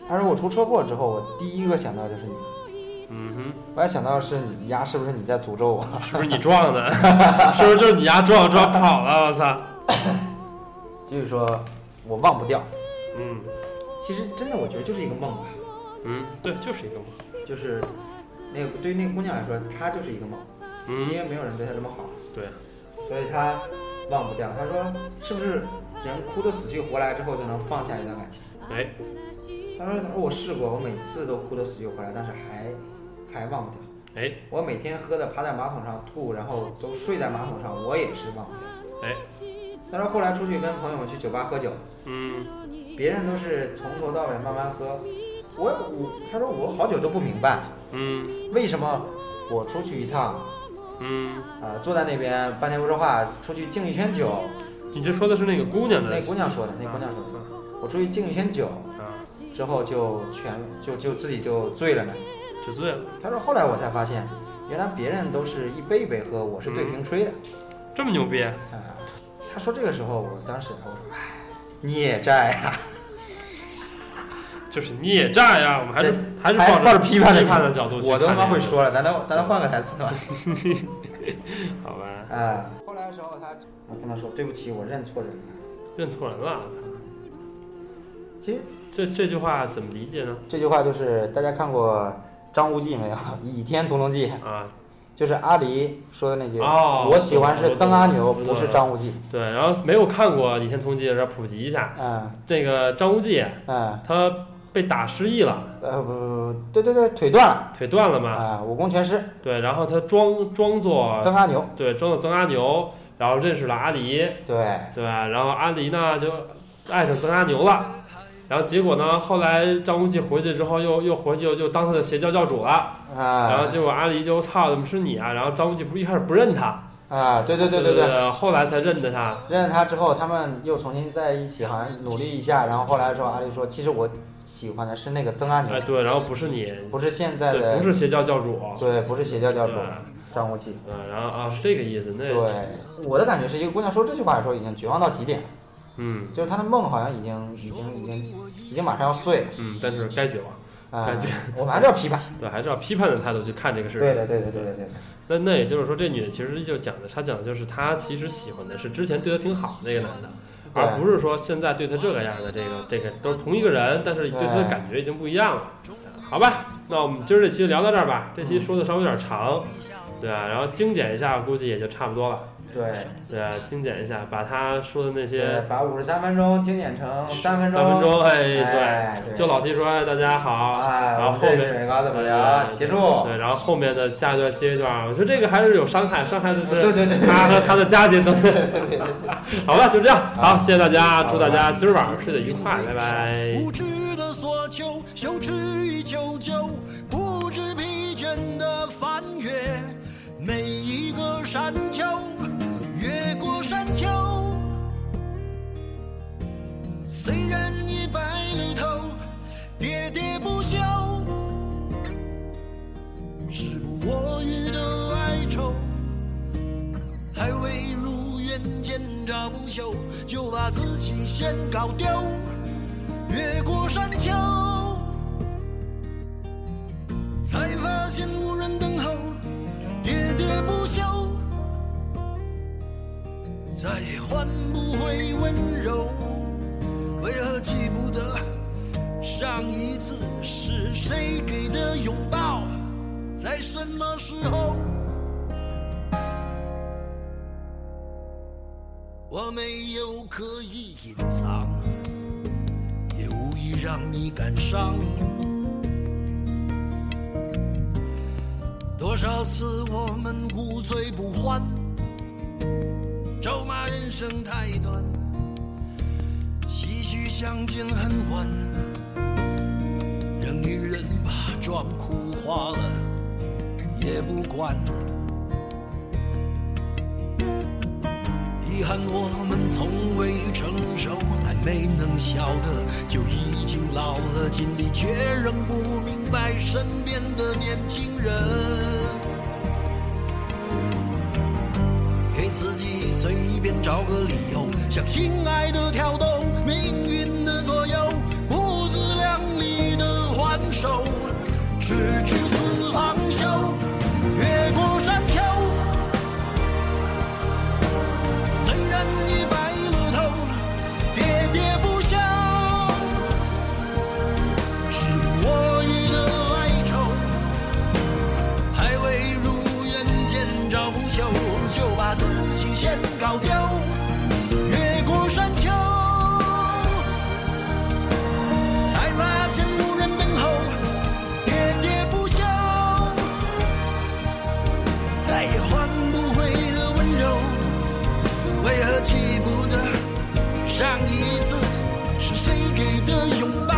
[SPEAKER 2] 他说我出车祸之后，我第一个想到就是你，
[SPEAKER 1] 嗯
[SPEAKER 2] 我还想到是你丫是不是你在诅咒我？
[SPEAKER 1] 哼，是不是你撞的？是不是就是你丫撞撞跑了？我操！
[SPEAKER 2] 就是说我忘不掉。
[SPEAKER 1] 嗯
[SPEAKER 2] 其实真的我觉得就是一个梦吧，
[SPEAKER 1] 嗯，对，就是一个梦。
[SPEAKER 2] 就是那个对于那个姑娘来说，她就是一个梦，
[SPEAKER 1] 嗯
[SPEAKER 2] 因，为没有人对她这么好，
[SPEAKER 1] 对，
[SPEAKER 2] 所以她忘不掉。她说是不是人哭得死去活来之后就能放下一段感情？
[SPEAKER 1] 哎，
[SPEAKER 2] 他说：“我试过，我每次都哭得死去活来，但是还还忘不掉。
[SPEAKER 1] 哎，
[SPEAKER 2] 我每天喝的趴在马桶上吐，然后都睡在马桶上，我也是忘不掉。
[SPEAKER 1] 哎，”
[SPEAKER 2] 他说：“后来出去跟朋友们去酒吧喝酒，
[SPEAKER 1] 嗯，
[SPEAKER 2] 别人都是从头到尾慢慢喝，我我他说我好久都不明白
[SPEAKER 1] 嗯，
[SPEAKER 2] 为什么我出去一趟，
[SPEAKER 1] 嗯，
[SPEAKER 2] 呃，坐在那边半天不说话，出去敬一圈酒，
[SPEAKER 1] 你这说的是那个姑娘的，
[SPEAKER 2] 那姑娘说的，那姑娘说的，
[SPEAKER 1] 说
[SPEAKER 2] 我出去敬一圈酒
[SPEAKER 1] 的，啊，
[SPEAKER 2] 之后就全就就自己就醉了呢。”
[SPEAKER 1] 就醉了，
[SPEAKER 2] 他说后来我才发现，原来别人都是一杯一杯喝，我是对瓶吹的。
[SPEAKER 1] 这么牛逼，
[SPEAKER 2] 啊，他说这个时候，我当时我说，哎，孽债啊！
[SPEAKER 1] 就是孽债呀！我们还是
[SPEAKER 2] 这
[SPEAKER 1] 还是
[SPEAKER 2] 还
[SPEAKER 1] 抱
[SPEAKER 2] 抱着批判的
[SPEAKER 1] 批
[SPEAKER 2] 心
[SPEAKER 1] 判的角度去看这个，嗯
[SPEAKER 2] 我都他妈会说了，咱能咱能换个台 词吗？
[SPEAKER 1] 好吧，
[SPEAKER 2] 啊， 后来的时候他，我跟他说对不起，我认错人了。
[SPEAKER 1] 认错人了，我操！
[SPEAKER 2] 其实
[SPEAKER 1] 这这句话怎么理解呢？
[SPEAKER 2] 这句话就是大家看过张无忌没有？《倚天屠龙记》
[SPEAKER 1] 啊，
[SPEAKER 2] 就是阿离说的那句，
[SPEAKER 1] 哦
[SPEAKER 2] 我喜欢是曾阿牛，
[SPEAKER 1] 我懂了
[SPEAKER 2] 不是张无忌。
[SPEAKER 1] 对，然后没有看过《倚天屠龙记》，这普及一下，
[SPEAKER 2] 嗯
[SPEAKER 1] 这个张无忌啊
[SPEAKER 2] 嗯
[SPEAKER 1] 他被打失忆了，
[SPEAKER 2] 呃不不不，对对对，腿断了
[SPEAKER 1] 腿断了嘛，
[SPEAKER 2] 啊，武功全失，
[SPEAKER 1] 对，然后他装装作
[SPEAKER 2] 曾阿牛。
[SPEAKER 1] 对装作曾阿牛，然后认识了阿离，
[SPEAKER 2] 对，
[SPEAKER 1] 对吧？然后阿离呢就爱上曾阿牛了，然后结果呢，后来张无忌回去之后又又回去又又当他的邪教教主了，
[SPEAKER 2] 啊，
[SPEAKER 1] 然后结果阿离就操怎么是你啊？然后张无忌不是一开始不认他，
[SPEAKER 2] 啊，对对对对
[SPEAKER 1] 对
[SPEAKER 2] 对，，
[SPEAKER 1] 后来才认得他，
[SPEAKER 2] 认识他之后，他们又重新在一起，好像努力一下，然后后来的时候，阿丽说，其实我喜欢的是那个曾阿
[SPEAKER 1] 哎
[SPEAKER 2] 牛，
[SPEAKER 1] 对，然后不是你，
[SPEAKER 2] 不是现在
[SPEAKER 1] 对，
[SPEAKER 2] 的，
[SPEAKER 1] 不是邪教教主，
[SPEAKER 2] 对，不是邪教教主
[SPEAKER 1] 对
[SPEAKER 2] 张无忌。
[SPEAKER 1] 嗯，然后啊是这个意思，那
[SPEAKER 2] 对，我的感觉是一个姑娘说这句话的时候已经绝望到极点，
[SPEAKER 1] 嗯
[SPEAKER 2] 就是她的梦好像已经已经已经已经马上要碎了
[SPEAKER 1] 嗯，但是该绝望，
[SPEAKER 2] 啊
[SPEAKER 1] 感觉！
[SPEAKER 2] 我们还是要批判。
[SPEAKER 1] 对，还是要批判的态度去看这个事情。
[SPEAKER 2] 对的，对的，对的，对的。
[SPEAKER 1] 那那
[SPEAKER 2] 嗯
[SPEAKER 1] 也就是说，这女的其实就讲的，她讲的就是她其实喜欢的是之前对她挺好的那个男的，
[SPEAKER 2] 对
[SPEAKER 1] 而不是说现在对他这个样的这个这个都是同一个人，但是对他的感觉已经不一样了。好吧，那我们今儿这期就聊到这儿吧。这期
[SPEAKER 2] 嗯
[SPEAKER 1] 说的稍微有点长，对吧？然后精简一下，估计也就差不多了。
[SPEAKER 2] 对，
[SPEAKER 1] 对吧，精简一下，把他说的那
[SPEAKER 2] 对
[SPEAKER 1] 些
[SPEAKER 2] 把五十三分钟精简成三分
[SPEAKER 1] 三分
[SPEAKER 2] 钟，
[SPEAKER 1] 钟，哎
[SPEAKER 2] 哎，
[SPEAKER 1] 对，
[SPEAKER 2] 对
[SPEAKER 1] 就老提说哎大家好，
[SPEAKER 2] 哎
[SPEAKER 1] 然后
[SPEAKER 2] 我
[SPEAKER 1] 后
[SPEAKER 2] 们这
[SPEAKER 1] 面
[SPEAKER 2] 准备搞怎么
[SPEAKER 1] 对
[SPEAKER 2] 聊
[SPEAKER 1] 对
[SPEAKER 2] 结束
[SPEAKER 1] 对，然后后面的下一段接一段，我觉得这个还是有伤害，伤害就是
[SPEAKER 2] 对对对对
[SPEAKER 1] 他和他的家庭 等等。 好吧，就这样，好，谢谢大家，祝大家今儿晚上睡得愉快，拜拜。
[SPEAKER 3] 无知的索求，羞耻与求救，不知疲倦的翻越每一个山丘，越过山丘。虽然已白了头，喋喋不休，时不我予的哀愁。还未如愿见着不朽，就把自己先搞丢。越过山丘，才发现无人等候，喋喋不休，再也换不回温柔。为何记不得上一次是谁给的拥抱，在什么时候？我没有刻意隐藏，也无意让你感伤。多少次我们无醉不欢，咒骂人生太短，唏嘘相见恨晚，让女人把妆哭花了也不管。遗憾我们从未成熟，还没能笑得就已经老了，尽力却仍不明白身边的年轻人。给自己随便找个理由，向心爱的挑逗，命运的左右，不自量力的还手，直至死方休，越过山丘。虽然已白了头，喋喋不休，是我予的哀愁，还未如愿见着不朽，就把自己先搞丢，越过山丘，才发现无人等候，喋喋不休，再也换不回的温柔。为何记不得上一次是谁给的拥抱？